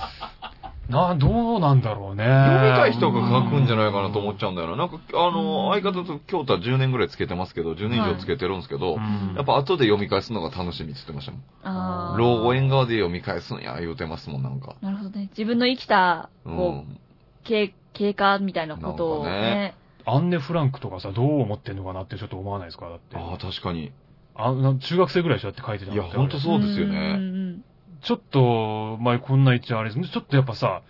A: な、どうなんだろうね。
B: 読み
A: 読
B: たい人が書くんじゃないかなと思っち
A: ゃ
B: ゃうんだよな。なんか、あの、
C: うん
B: 相方と京太は10年ぐらいつけてますけど、10年以上つけてるんですけど、
A: ん
B: やっぱ後で読み返すのが楽しみって言ってましたもん。
C: あー
B: 老後縁側で読み返すんや、言うてますもん、なんか。
C: なるほどね。自分の生きた、
B: う
C: こ
B: ん。
C: う、経経過みたいなことを
B: なんか
C: ね
B: ね。
A: アンネ・フランクとかさ、どう思ってんのかなってちょっと思わないですかだって。
B: ああ、確かに。
A: あな中学生ぐらいでしょだって書いてたの
B: いや、
A: って
B: ほんとそうですよ
C: うん
B: ね。
C: うん
A: ちょっと、前こんな言っちゃあれですちょっとやっぱさ、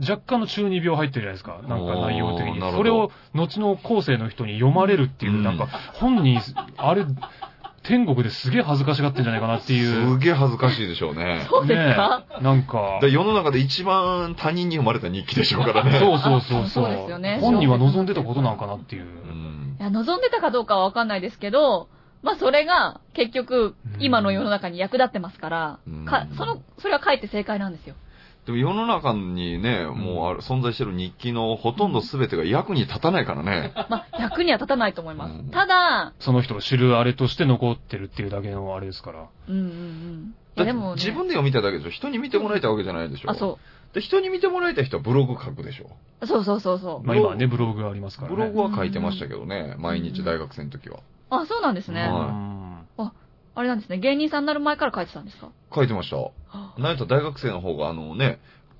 A: 若干の中二病入ってるじゃないですか。なんか内容的
B: おー
A: に
B: なるほ。ど
A: それを後の後世の人に読まれるっていう、
B: うん
A: なんか、本人、あれ、天国ですげえ恥ずかしがってんじゃないかなっていう。
B: すげえ恥ずかしいでしょうね。
C: そうですか
A: ねえなんか
B: だか、ら世の中で一番他人に生まれた日記でしょうからね。
A: そうそうそう
C: そうですよね
A: 本人は望んでたことなんかなっていう。
B: うん
C: いや、望んでたかどうかはわかんないですけど、まあそれが結局
A: うん
C: 今の世の中に役立ってますから、
B: うん
C: かその、それは書いて正解なんです よ。
B: でも世の中にね、もうある存在してる日記のほとんど全てが役に立たないからね。
C: まあ役には立たないと思いま
B: う
C: す。
B: ん
C: ただ、
A: その人を知るあれとして残ってるっていうだけのあれですから。
C: うんうんうん。いやでも、ね、
B: 自分で読みたいだけでしょ人に見てもらいたいわけじゃないでしょ
C: あ、そ
B: で、人に見てもらいたい人はブログ書くでしょ
C: う。そうそうそうそう。
A: まあ今はね、ブログがありますからね。
B: ブログは書いてましたけどね、毎日大学生の時は。
C: あ、そうなんです
B: は
C: ね。
A: うん
C: あれなんですね。芸人さんになる前から書いてたんですか
B: 書いてました。
C: あ
B: なんやったら大学生の方があのね、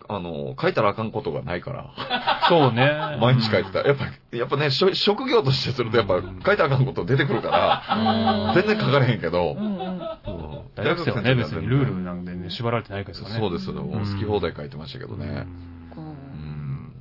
B: あの、書いたらあかんことがないから、
A: そうね。
B: 毎日書いてた。やっぱ、やっぱね、しょ職業としてするとやっぱ書いたらあかんこと出てくるか
A: う
B: ら、
A: ん
B: 全然書かれへんけど
C: う、んうん。
B: うん
A: 大学生はね、別にルールなんで
C: う
A: ね、
C: ん
A: 縛られてないからですからね。
B: そう
A: で
B: ですよね。もう好き放題書いてましたけどね。
C: こ
B: う
C: う、
B: ん。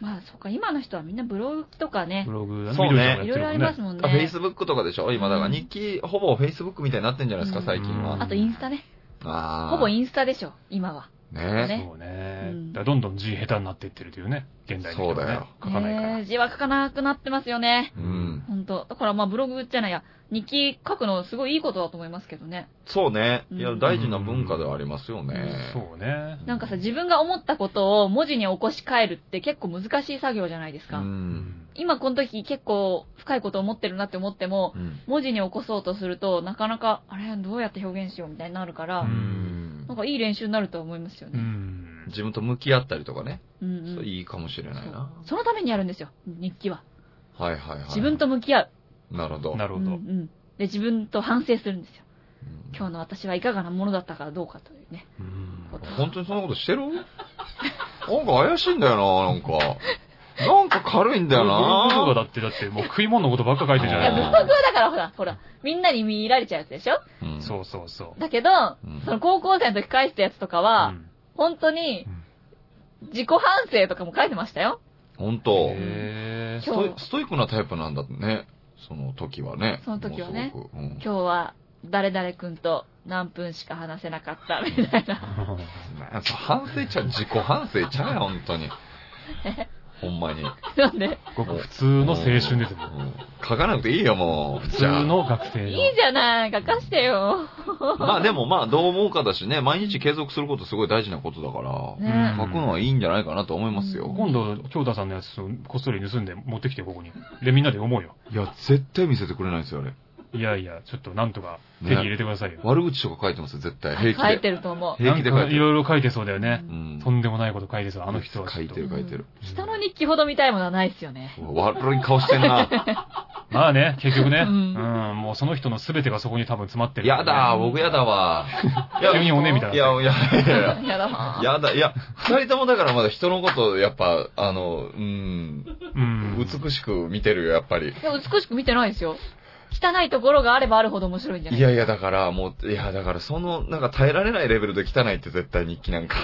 C: まあそっか、今の人はみんなブログとかね
A: ブ、ログ、
B: そうね
A: 緑ち
C: いろいろあ
A: ゃ
C: り
A: んがや
C: ま
A: って
C: す
A: るもんね
C: もんね。
B: あ、Facebook とかでしょ今だから
C: うん
B: 日記、ほぼ Facebook みたいになってんじゃないですか、最近
A: う
B: は
A: ん。
C: あとインスタね。
B: あー
C: ほぼインスタでしょ、今は。
B: ね
C: ね
A: そうね
C: う。ん
A: だからどんどん字下手になっていってるというね、現代の人はね
B: そうだよ
A: 書かないから。
C: ねえ字は書かなくなってますよね。
B: うん。
C: ほんと。だからまあブログじゃないや、日記書くのすごいいいことだと思いますけどね。
B: そうね。
C: うん
B: いや、大事な文化ではありますよね。
A: そうね。
C: なんかさ、自分が思ったことを文字に起こし変えるって結構難しい作業じゃないですか。
B: うん。
C: 今この時結構深いこと思ってるなって思っても、
B: うん。
C: 文字に起こそうとすると、なかなか、あれ、どうやって表現しようみたいになるから、
A: うん
C: なんかいい練習になるとは思いますよ
A: う
C: ね。
A: ん。
B: 自分と向き合ったりとかね。
C: うん、うん、
B: そういいかもしれないな。
C: そうそのためにやるんですよ、日記は。
B: はいはいはい。
C: 自分。と向き合う。
B: なるほど。
A: な
B: る
A: る
C: う
A: ほ
C: んう
A: ど。
C: ん。で、自分と反省するんですよ。今日の私はいかがなものだったかどうかというね。
A: うん
B: 本当にそんなことしてるなんか怪しいんだよな、なんか。なんか軽いんだよ
A: ブログとか
B: な。
A: だって、だってもう食い物のことばっか書いてるじゃ
C: い
A: ない
C: や、
B: あー
A: で
C: ブログはだからほら、ほら、みんなに見られちゃうやつでしょ
B: うん
A: すか。そうそうそう。
C: だけど、
B: うん
C: その高校生の時書いてたやつとかは、
A: うん
C: 本当に
A: うん、
C: 自己反省とかも書いてましたよ。
B: 本当
A: へ
B: ストイストイックなタイプなんだね。その時はね。
C: その時はね
B: ものすごくうん
C: 今日は、誰々君と何分しか話せなかった、みたいな。
A: ー。
B: なんか反省ちゃう、自己反省ちゃう や、本当に。ほんまに。
C: なんで、
A: ごく普通の青春です
B: うん
A: ね。
B: 書かなくていいよ、もう。
A: 普通の学生
C: いい
A: の。
C: じゃない、書かしてよ。
B: まあでもまあどう思うかだしね、毎日継続することすごい大事なことだから、
C: ね
A: うん
B: 書くのはいいんじゃないかなと思いますよ。
A: 今度、京太さんのやつをこっそり盗んで持ってきてよ、ここに。で、みんなで思うよ。
B: いや、絶対見せてくれないですよ、あれ。
A: いやいや、ちょっとなんとか手
B: ね
A: に入れてくださいよ。
B: 悪口とか書いてますよ、絶対。平気
C: 書い
B: で。
C: てると思う。
B: 平気で書い
A: なんか
B: て
A: い
B: る。
A: ろいろ書いてそうだよね。
B: うん
A: とんでもないこと書いてそう、あの人は。
B: 書いてる、書いてる。
C: 人の日記ほど見たいものはないですよね。
B: うわ悪い顔してん な。
A: まあね、結局ね。う
C: うん
A: ん、もうその人の全てがそこに多分詰まってる。
B: やだ、僕やだ わ。いや
A: 急に骨みたいな。
B: いや、いや、いやいや。
C: やだな。
B: やだ、いや、二人ともだからまだ人のこと、やっぱ、あの、うん、
A: うん。
B: 美しく見てるよ、やっぱり。
C: いや美しく見てないですよ。汚いところがあればあるほど面白いんじゃない
B: いやいや、だから、もう、いや、だから、その、なんか耐えられないレベルで汚いって絶対日記なんか。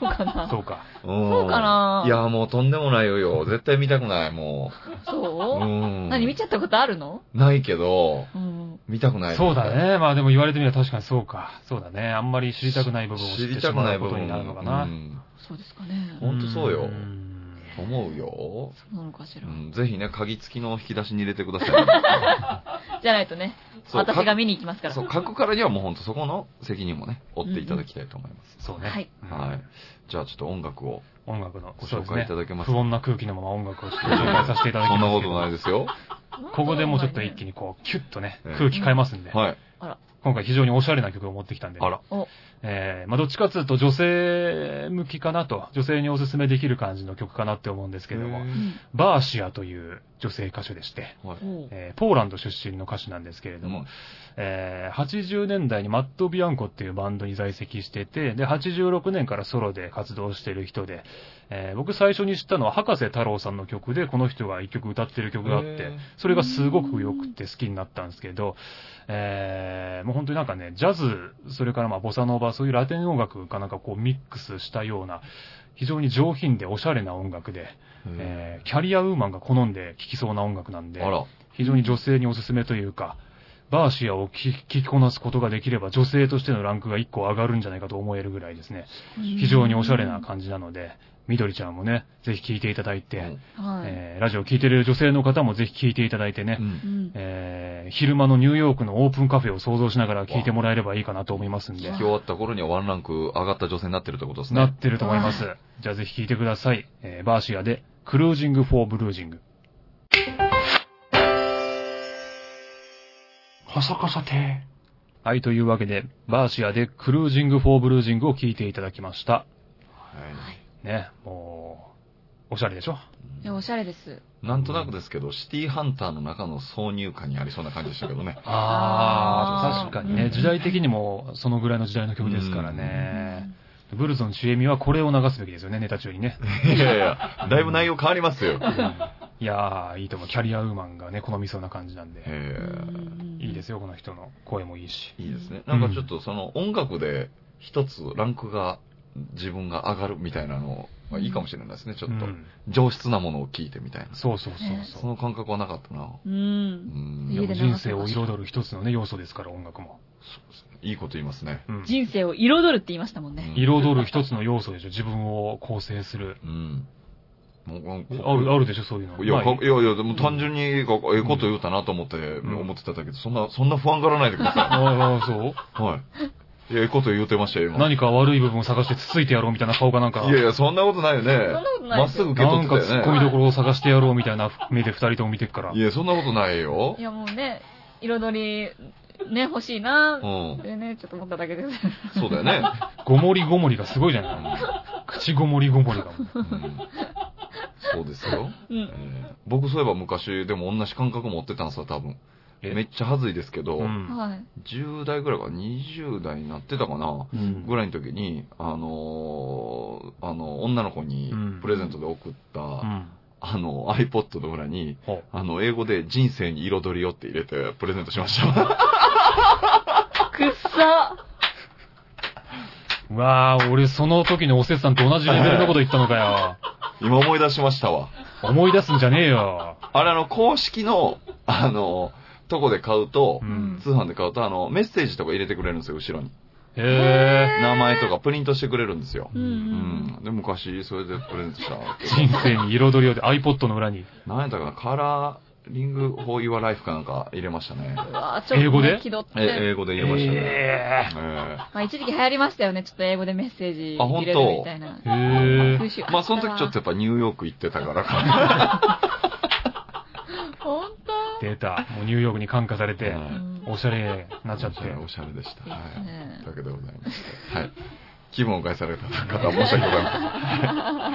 C: そうかな。
A: そうか。
B: そ
C: そうかない
B: や、もうとんでもないよよ。絶対見たくない、もう。う。
C: そうん何見ちゃったことあるの
B: ないけど、
C: うん。
B: 見たくない。
A: そうだ。ね。まあでも言われてみれば確かにそうか。そうだね。あんまり知りたくない部分を
B: 知
A: 知っ
B: り
A: てした
B: く
A: ま
B: ないう
A: こ
B: 部
A: と
B: 分
A: になるのかな。
B: うん
C: そうですかね。
B: ほんとそうよ
A: ん
B: 思うよ。
C: そうなのかし
B: う
C: ら。
B: ん、ぜひね、鍵付きの引き出しに入れてください。
C: じゃないとね、
B: そう
C: 私が見に行きますから。
B: そう、書くからにはもうほんとそこの責任もね、負っていただきたいと思います。
A: そうね。
C: はい。
A: うん
B: はい。。じゃあちょっと音楽を
A: 音楽の
B: ご紹介いただけます
A: 不
B: か
A: 穏な空気のまま音楽をちょっと紹介させていただき
B: そ
A: ます。
B: んなことないですよ。
A: ここでもうちょっと一気
C: に。
A: にこう、キュッとね
B: ええ、
A: 空気変えますんで。
B: はい。
A: 今回非常におしゃれな曲を持ってきたんでね、
B: あら。
A: えー、まあ、どっちかっていうと女性向きかなと、女性におすすめできる感じの曲かなって思うんですけども
B: へ、
A: バーシアという女性歌手でして、
B: ー。はい。
C: うん
A: えーポーランド出身の歌手なんですけれども、
B: うん
A: えー80年代にマット・ビアンコっていうバンドに在籍してて、で、86年からソロで活動してる人で、えー僕最初に知ったのは博士太郎さんの曲で、この人が一曲歌ってる曲があっ
B: へ
A: て
B: ー、
A: それがすごく良くて好きになったんですけど、えーもう本当になんかね、ジャズ、それからまあボサノバ、そういうラテン音楽かなんかこうミックスしたような、非常に上品でおしゃれな音楽で、えーキャリアウーマンが好んで聴きそうな音楽なんで、
B: あら。
A: 非常に女性におすすめというか、バーシアを聞き聞きこなすことができれば女性としてのランクが1個上がるんじゃないかと思えるぐらいですね。非常におしゃれな感じなので、みどりちゃんもね、ぜひ聞いていただいて、
C: はい。
A: えーラジオ聞いてる女性の方もぜひ聞いていただいてね、
B: うん
C: うん
A: えー昼間のニューヨークのオープンカフェを想像しながら聞いてもらえればいいかなと思いますんで
B: 聞き、終わった頃にはワンランク上がった女性になってるってことです
A: な
B: ね
A: っ。てると思います。じゃあぜひ聞いてください。えーバーシアで、クルージング・フォー・ブルージング。
D: カサカサ亭。
A: はい、というわけで、バーシアでクルージング・フォー・ブルージングを聞いていただきました。
B: はい
A: ね、もう、おしゃれでしょ
C: いやおしゃれです。
B: なんとなくですけど、シティハンターの中の挿入歌にありそうな感じでしたけど ね。
C: あ
A: 確
C: ー
A: かに
C: う
A: ね、
C: ん。
A: 時代的にもそのぐらいの時代の曲ですからね。ブルゾン・チエミはこれを流すべきですよね、ネタ中にね。
B: いやいや、だいぶ内容変わりますよ。
A: いやー、いいと思う。キャリアウーマンがね、好みそうな感じなんで。
B: え
A: いいですすよ、この人の声もいいし。
B: えいいですね。なんかちょっとその音楽で一つランクが、自分が上がるみたいなのがいいかもしれないですね、ちょっと。
A: うん
B: 上質なものを聞いてみたいな。
A: そうそうそう
B: そ
A: そう。
B: の感覚はなかったな。
C: う。
B: うんん。
C: 家で流せ
A: 人
C: ます
A: 生を彩る一つのね、要素ですから、音楽も。
B: いいこと言いますね。
A: うん
C: 人生を彩るって言いましたもんね。
A: 彩る一つの要素でしょ、自分を構成する。
B: うん。もう
A: ある、あるでしょ、そういうの。
B: いや、
A: な
B: かいやいや、でも単純に、ええこと言うたなと思って、
A: ん
B: 思ってただけど、そんな、そんな不安がらないでくださ
A: ああ、そう
B: い。はい。いや、ええこと言うてましたよ、今。
A: 何か悪い部分を探してつついてやろうみたいな顔がなんか、
B: いやいや、そんなことないよね。
C: そんなことない
B: ま
C: で
B: っ
C: す
B: すぐ
C: よ
B: 受け
A: な
B: 取
A: ん
B: っ
A: か
B: て
A: 突
B: た
A: っ込み
B: よね。
A: どころを探してやろうみたいな目で二人とも見てっから
B: い。や、そんなことないよ
C: い。やもうね、彩りね、欲しいな
B: う
C: ぁ。
B: ん
C: そ。れね、ちょっと思っただけです。
B: そうだよね。
A: ごもりごもりがすごいじゃ
B: う
A: ない
B: ん
A: 口ごもりごもりがもう。
B: うん そうですよ。
C: う
B: え
C: ん。
B: ー僕そういえば昔、でも同じ感覚持ってたんですよ、多分。
A: え
B: めっちゃ恥ずいですけど、
A: うん。
C: はい。
B: 10代ぐらいかな、20代になってたかな、
A: うん
B: ぐらいの時に、あのーあの、女の子に
A: うん
B: プレゼントで送った、
A: うん。
B: あの、iPod の裏に、
A: ほう。
B: あの、英語で人生に彩りをって入れてプレゼントしま した。
C: くっさ
A: うわあ、俺その時のおせつさんと同じレベルのこと言ったのか よ。
B: 今思い出しましたわ。
A: 思い出すんじゃねえよ。
B: あれあの、公式の、あの、とこで買うと
A: う、
C: ん
A: ん。
B: 通販で買うと、あの、メッセージとか入れてくれるんですよ、後ろに。
A: へえ。
B: 名前とかプリントしてくれるんですよ。
C: う
B: うんん。で、昔、それでプレゼントした。
A: 人生に彩りをで iPod の裏に。
B: 何やったかな、カラーリング・フォー・ユア・ライフかなんか入れましたね
C: う。ん。うわぁちょっとね
A: 英語で
C: 気取って。
B: え英語で入れましたね。
A: え
B: え
C: まあ一時期流行りましたよね。ちょっと英語でメッセージ
B: あ本
C: 入
B: 当
C: れるみたいな。
A: え。へ
C: 風習った
B: え
C: わ
B: まあ、その時ちょっと。やっぱニューヨーク行ってたからか
C: 本
A: え。出た。もうニューヨークに感化されて
B: な。、
C: 当うん
A: おしゃれになっち ゃって。
B: おしゃれでした。は
C: ですね
B: い。だけでございました。はい。気分を害された方は申し訳ございません。はい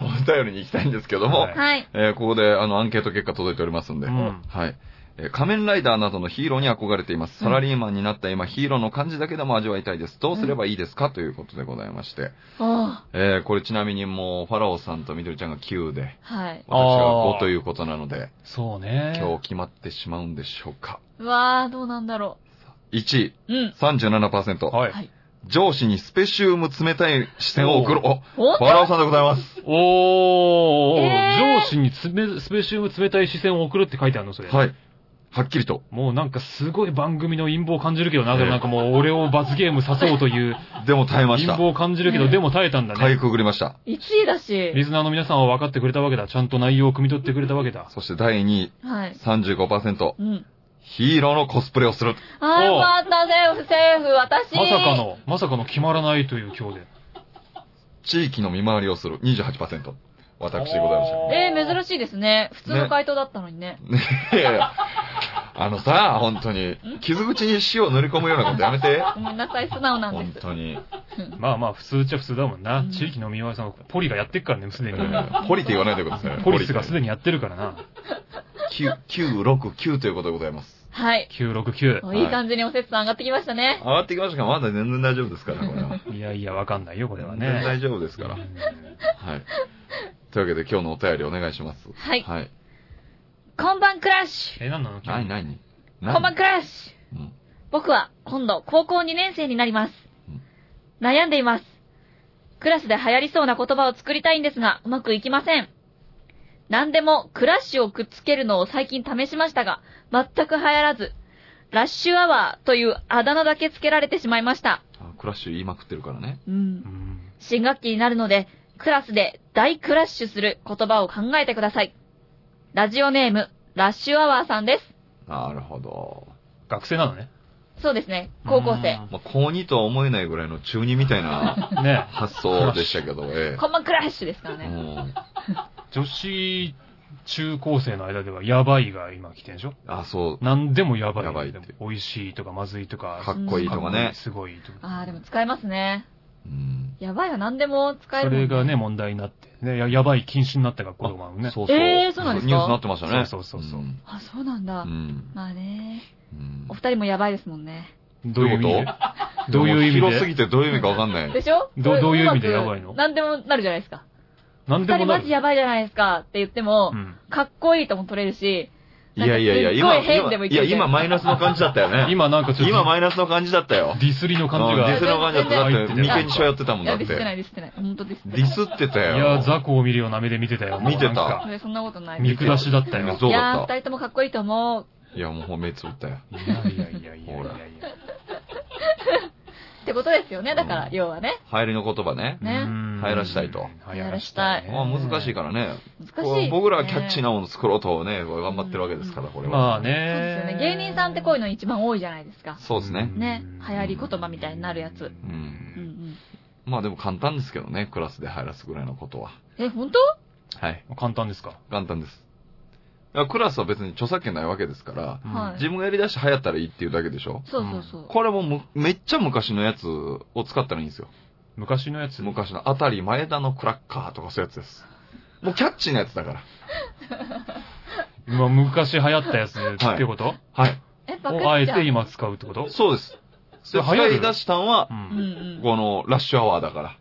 B: そう、お便りに行きたいんですけども、
A: はい
C: はい。
B: えーここで、あの、アンケート結果届いておりますんで、
A: うん
B: はい。えー仮面ライダーなどのヒーローに憧れています。サラリーマンになった今、ヒーローの感じだけでも味わいたいです。どうすればいいですか、ということでございまして。
C: あ
B: えーこれちなみにもう、ファラオさんとミドリちゃんが9で、
C: あはい。
B: 私が
A: あ
B: 5
A: ー
B: ということなので、
A: そうね。
B: 今日決まってしまうんでしょうか。
C: うわぁどうなんだろ
B: 1位、
C: う。うん。
B: 37%。
A: はい。
C: はい。
B: 上司にスペシウム冷たい視線を送る。お、
C: 本
B: ファラオさんでございます。
A: おー、
C: えー
A: 上司につめスペシウム冷たい視線を送るって書いてあるの、それ。
B: はい。はっきりと。
A: もうなんかすごい番組の陰謀を感じるけどな、でもなんかもう俺を罰ゲーム誘おうと いう
B: でも耐えまし
A: 陰
B: た。
A: 謀を感じるけど、でも耐えたんだ
B: かい
A: ね。
B: くぐりました。
C: 1位だし。
A: リズナーの皆さんは分かってくれたわけだ。ちゃんと内容を汲み取ってくれたわけだ。
B: そして第2位、
C: はい。
B: 35%。
C: うん。
B: ヒーローのコスプレをする。
C: あー
A: おう
C: よかった、セーフ、セーフ、私。
A: まさか。の、まさかの決まらないという今日で。
B: 地域の見回りをする。28%。私でございまし
C: えー、珍しいですね。普通の回答だったのにね。
B: た。いやいや。あのさ、本当に、傷口に塩を塗り込むようなことやめて。
C: ごめんなさい、素直なん
B: 本
C: です。
B: 当に。
A: まあまあ、普通っちゃ普通だもんな
C: うん。
A: 地域のみわさん、ポリがやってっ からね、すで
B: え
A: に。
B: ーポリって言わないでください。
A: ポリスがす
B: に。
A: でにやってるからな。
B: 9、9、6、9ということでございます。
C: はい。
A: 969。
C: いい感じにおせつさん上がってきましたね
B: 上。がってきましたが、まだ全然大丈夫ですから、これは。
A: いやいや、わかんないよ、これは
B: 全然大
A: ね。
B: 丈夫ですから。
A: うん
B: はい。というわけで今日のお便りお願いします。
C: はい
B: はい。
C: こんばんクラッシ
A: え、なんなの
B: 何何
C: ュ。こんばんクラッシュ。
B: うん
C: 僕は今度高校2年生になります
B: うん。
C: 悩んでいます。クラスで流行りそうな言葉を作りたいんですが、うまくいきません。何でもクラッシュをくっつけるのを最近試しましたが、全く流行らず、ラッシュアワーというあだ名だけつけられてしまいました。
B: あクラッシュ言いまくってるからね。
C: うん
A: うん
C: 新学期になるので、クラスで大クラッシュする言葉を考えてください。ラジオネーム、ラッシュアワーさんです。
B: なるほど。
A: 学生なのね。
C: そうですね、高校生。
B: まあ、高2とは思えないぐらいの中2みたいな
A: うん。ね
B: 発想でしたけど、え
C: コンマクラッシュですから
B: え。う
C: ね。
B: ん。
A: 女子中高生の間では、やばいが今来てんでしょ
B: あ、そう。
A: 何でもやばい。
B: やばいって
A: 美味しいとか、まずいとか。
B: かっこいいとかね。
A: すごいとか。
C: ああ、でも使えますね。
B: うん。
C: やばいは何でも使え
A: そ
C: るもん
A: れがね、問題になって。ね、ややばい禁止になった学校とかもあるね。
B: そう
C: えーそうなんですか
B: ニュースになってましたね。
A: そうそうそうそうん
C: あ、そうなんだ。
B: うん。
C: まあね、
B: うん
C: お二人もやばいですもんね。
A: どういう意味
B: どういう
A: で
B: こ
A: どういう意
B: 広す
A: 味
B: ぎ
A: で
B: てどういう意味かわかん ない。
C: でしょ
A: どどういう意味で
C: まく
A: やばいの
C: 何でもなるじゃないですか。
A: 何
C: 二
A: でも
C: 人
A: な
C: マジや
A: る。
C: ばいじゃないですかって言っても
A: う、ん
C: かっこいいとも取れるし、
B: いやいやいや、今、
C: なんかすっごい変で
B: 今
C: もい
B: い
C: ける
B: や、今マイナスの感じだったよね。
A: 今なんかちょっ
B: 今
A: と
B: マイナスの感じだったよ。
A: ディスりの感じ
B: うんディ
A: が
B: ス。の感じだった。だって、
A: 全然
B: 眉間にしわ寄ってたも
C: い
B: んだ
C: や、
B: っ
C: デ
B: て。
C: ィスってない、
B: デ
C: ディスってない。本当ディスってない。
B: ィスってた
A: い
B: よ。
A: や、雑魚を見るような目で見てたよ。もう
B: 見て
A: な
B: た
A: んか
C: いやそんなことない
A: 見下しだったよ。
B: そう
C: いや
B: だ
C: ー、
B: っ
C: 二人ともかっこいいと思う。
B: た。いや、もう目つぶったよ。
A: いやいやいやいやいやい
B: ほら
A: や。
C: ってことですよね。だから、
B: うん
C: 要はね。
B: 流行りの言葉ね。
C: ね
A: うん
B: 流行らしたいと。
A: 流行らしたい。
B: まあ難しいからね。
C: 難しい、
B: 僕らはキャッチーな。もの作ろうとね、頑張ってるわけですから、これは。
A: まあ
C: そうですよ
A: ね
C: ね。。芸人さんってこういうの一番多いじゃないですか。
B: そうですね。
C: ね流行り言葉みたいになるやつ
B: う。
C: うんうんん。
B: まあでも簡単ですけどね、クラスで流行らすぐらいのことは。
C: え、本当
B: はい。
A: 簡単ですか
B: 簡単です。やクラスは別に著作権ないわけですから、
A: うん
C: はい
B: 自分がやり出して流行ったらいいっていうだけでしょ
C: そうそうそう。
B: これもむめっちゃ昔のやつを使ったらいいんですよ。
A: 昔のやつ。
B: 昔のあたり前田のクラッカーとかそういうやつです。もうキャッチーなやつだから。
A: まあ昔流行ったやつってこと、
B: はい。
C: え、パクっちゃう
A: をあえて今使うってこと
B: そうです。
A: それ流
B: で、
A: 行
B: 使
A: る
B: い出したんは
A: う、。
C: うんうんん。
B: このラッシュアワーだから。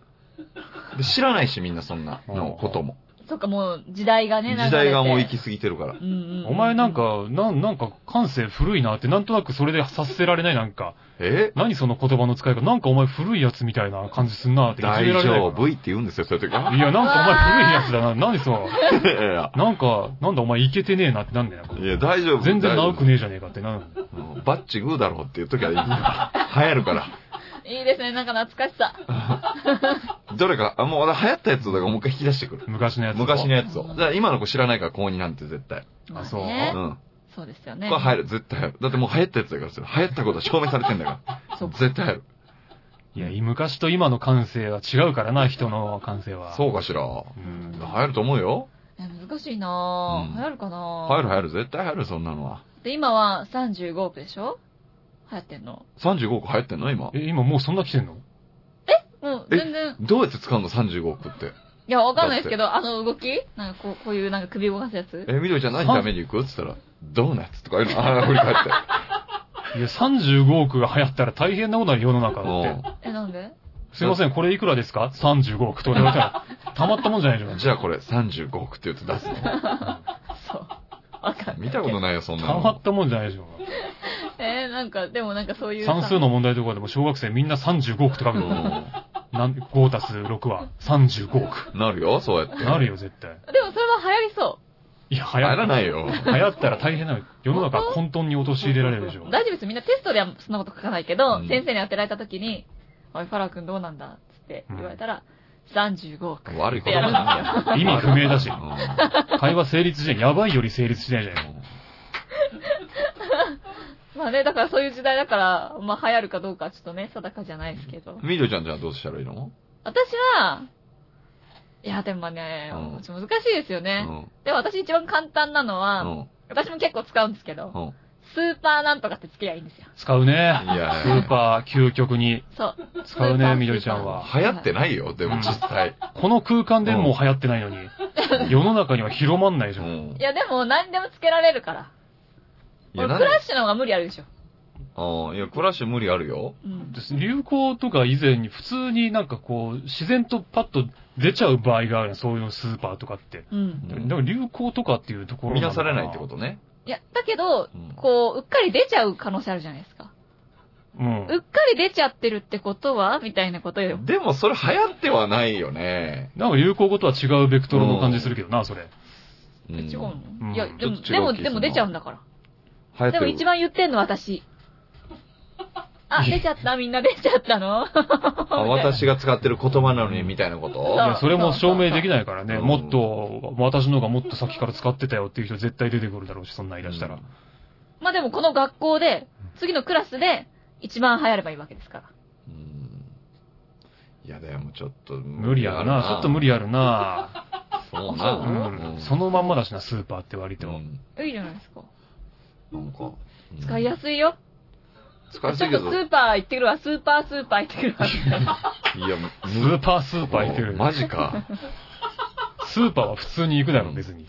B: で知らないし、みんなそんなのことも。
C: そっか、もう時代が
B: 時
C: ね、流れて
B: 代がもう行き過ぎてるから。
C: うんうんうん
A: お前なん、か、なん、なんか感性古いなって、なんとなくそれで察せられないなんか、
B: え
A: 何その言葉の使い方、なんかお前古いやつみたいな感じすんなっていじ
B: 大
A: められない
B: 丈
A: か
B: 夫って言うんですよ、そういう時は。
A: ら。いや、なんかお前古いやつだな、何その、
B: いやいやいや
A: なんか、なんだお前いけてねえなってなんだよ。
B: いや、大丈夫。
A: 全然長く
B: ね。
A: ねえじゃねえかってなる。
B: うんバッチグーだろうっていう時はいいんですよ。流行るから。
C: いいですね、なんか懐かしさ。
B: どれか、あもう流行ったやつとかもう一回引き出してくる。
A: 昔のやつ。
B: 昔の
A: や
B: やつを。だから今の子知らないから高2なんて絶対。
A: あそう
C: ま
B: う
C: ね
B: ん。
C: そうですよ
B: こ
C: ね
B: れ。入る、絶対入る。だってもう流行ったやつだからそれ、流行ったことは証明されてんだか
C: そ
B: ら。
C: うか
B: 絶対入る。
A: つ。いや、昔と今の感性は違うからな、人の感性は。
B: そうかしら。
A: う
B: 流
A: ん。
B: 行ると思うよ。
C: え難しいな
B: うん
C: ぁ。流行るかなぁ
B: 入る流行る、絶対流行る、そんなのは。
C: で、今は35億でしょ流行ってんの。
B: 35億流行ってんの今。
A: え、今もうそんな来てんの
C: うん、
B: え
C: 全然。
B: どうやって使うの ?35 億って。
C: いや、わかんないですけど、あの動きなんかこう、こういうなんか首動かすやつ
B: え、みどりちゃん何食べに行くって言ったら、ドーナツとか言うのああ、振り返って。
A: いや、35億が流行ったら大変なことだよ、世の中だって。
C: え、なんで
A: すいません、これいくらですか ?35 億とか言われたら、たまったもんじゃないじゃ。
B: うんんじゃあこれ35億って言って出すの。
C: そう。わかんない。
B: 見たことないよ、そんな
A: たま
B: の
A: っ。たもんじゃないでしょ。
C: えーなんか、でもなんかそういうさ。
A: 算数の問題とかでも小学生みんな35億って書く
B: う
A: の。
B: ん
A: なん5たす6は35億。
B: なるよ、そうやって。
A: なるよ、絶対。
C: でもそれは流行りそ
A: いや、
B: 流
A: 流行
B: 行
A: った
B: らないよ。
A: 流行ったら大変なの。世の中混沌に陥れられるでしょ
C: う。。大丈夫です。みんなテストではそんなこと書かないけど、
B: うん
C: 先生に当てられた時に、おい、ファラー君どうなんだつって言われたら、35億。
B: 悪い
C: っ
B: こ
C: て
B: と
C: やるんです
B: だ
C: よ。
B: な。
A: 意味不明だし
B: う。ん
A: 会話成立しない。やばいより成立しないじゃない。
C: まあね、だからそういう時代だから、まあ流行るかどうかはちょっとね、定かじゃないですけど。
B: みどりちゃんじゃあどうしたらいいの
C: 私は、いや、でもね、
B: うん
C: ちょっと難しいですよ
B: う
C: ね。
B: ん。
C: でも私一番簡単なのは、
B: うん。
C: 私も結構使うんですけど、
B: うん。
C: スーパーなんとかってつけりゃいいんですよ。
A: 使うね
B: い。や
A: スーパー究極に
C: そう。
A: 使う
C: スーパ
A: ね、
C: ー
A: みどりちゃんは。
B: 流行ってないよ、でも実際。
A: この空間でもう流行ってないのに、世の中には広まんないじ
B: う
A: ゃん。
B: ん
C: い。や、でも何でもつけられるから。
B: い
C: 俺
B: や、なん
C: クラッシュの方が無理あるでしょ。
B: うん。いや、クラッシュ無理あるよ。
C: うん。
A: 流行とか以前に普通になんかこう、自然とパッと出ちゃう場合があるのそういうスーパーとかって。
C: うん。
B: う
A: だ
B: ん
A: から流行とかっていうところ
B: 見なされないってこととね。
C: いや、だけど
B: う、ん
C: こう、うっかり出ちゃう可能性あるじゃないですか。
A: うん
C: うっ。かり出ちゃってるってことはみたいなことよ。
B: でもそれ流行ってはないよね。
A: なんか流行語とは違うベクトルの感じするけどな、それ。
B: う
C: え違うの、
A: うん
C: いや、でも、
B: ち
C: で
B: ょっと違う
C: も、
B: 気が
C: ですも
B: るな
C: 出ちゃうんだから。
B: 流行って
C: でも
B: る
C: 一番言ってんの 私。あ、出ちゃったみんな出ちゃったの
B: あ私が使ってる言葉なのにみたいなこと
A: いや、それも証明できないからね。
B: うん
A: もっと、私の方がもっと先から使ってたよっていう人絶対出てくるだろうし、そんな言い出したら。
C: まあでもこの学校で、次のクラスで、一番流行ればいいわけですから。
B: うんいや、でもちょっと無
A: 無理やるな。ちょっと無理
B: や。
A: やるな。
B: そう
A: う
B: な。
A: ん
B: う。ん
A: そのまんまだしな、スーパーって割
B: う
A: と。
B: ん
C: いいじゃないですか。
B: なんか。うん
C: 使いやすいよ。
B: 使いやす
C: ちょ
B: い
C: っ
B: け
C: と
B: ど
C: ス。ーパー行ってくるわ、スーパースーパー行ってくるわ。
B: いや、
A: スーパースーパー行ってる。
B: マジか。
A: スーパーは普通に行くだろ、別に。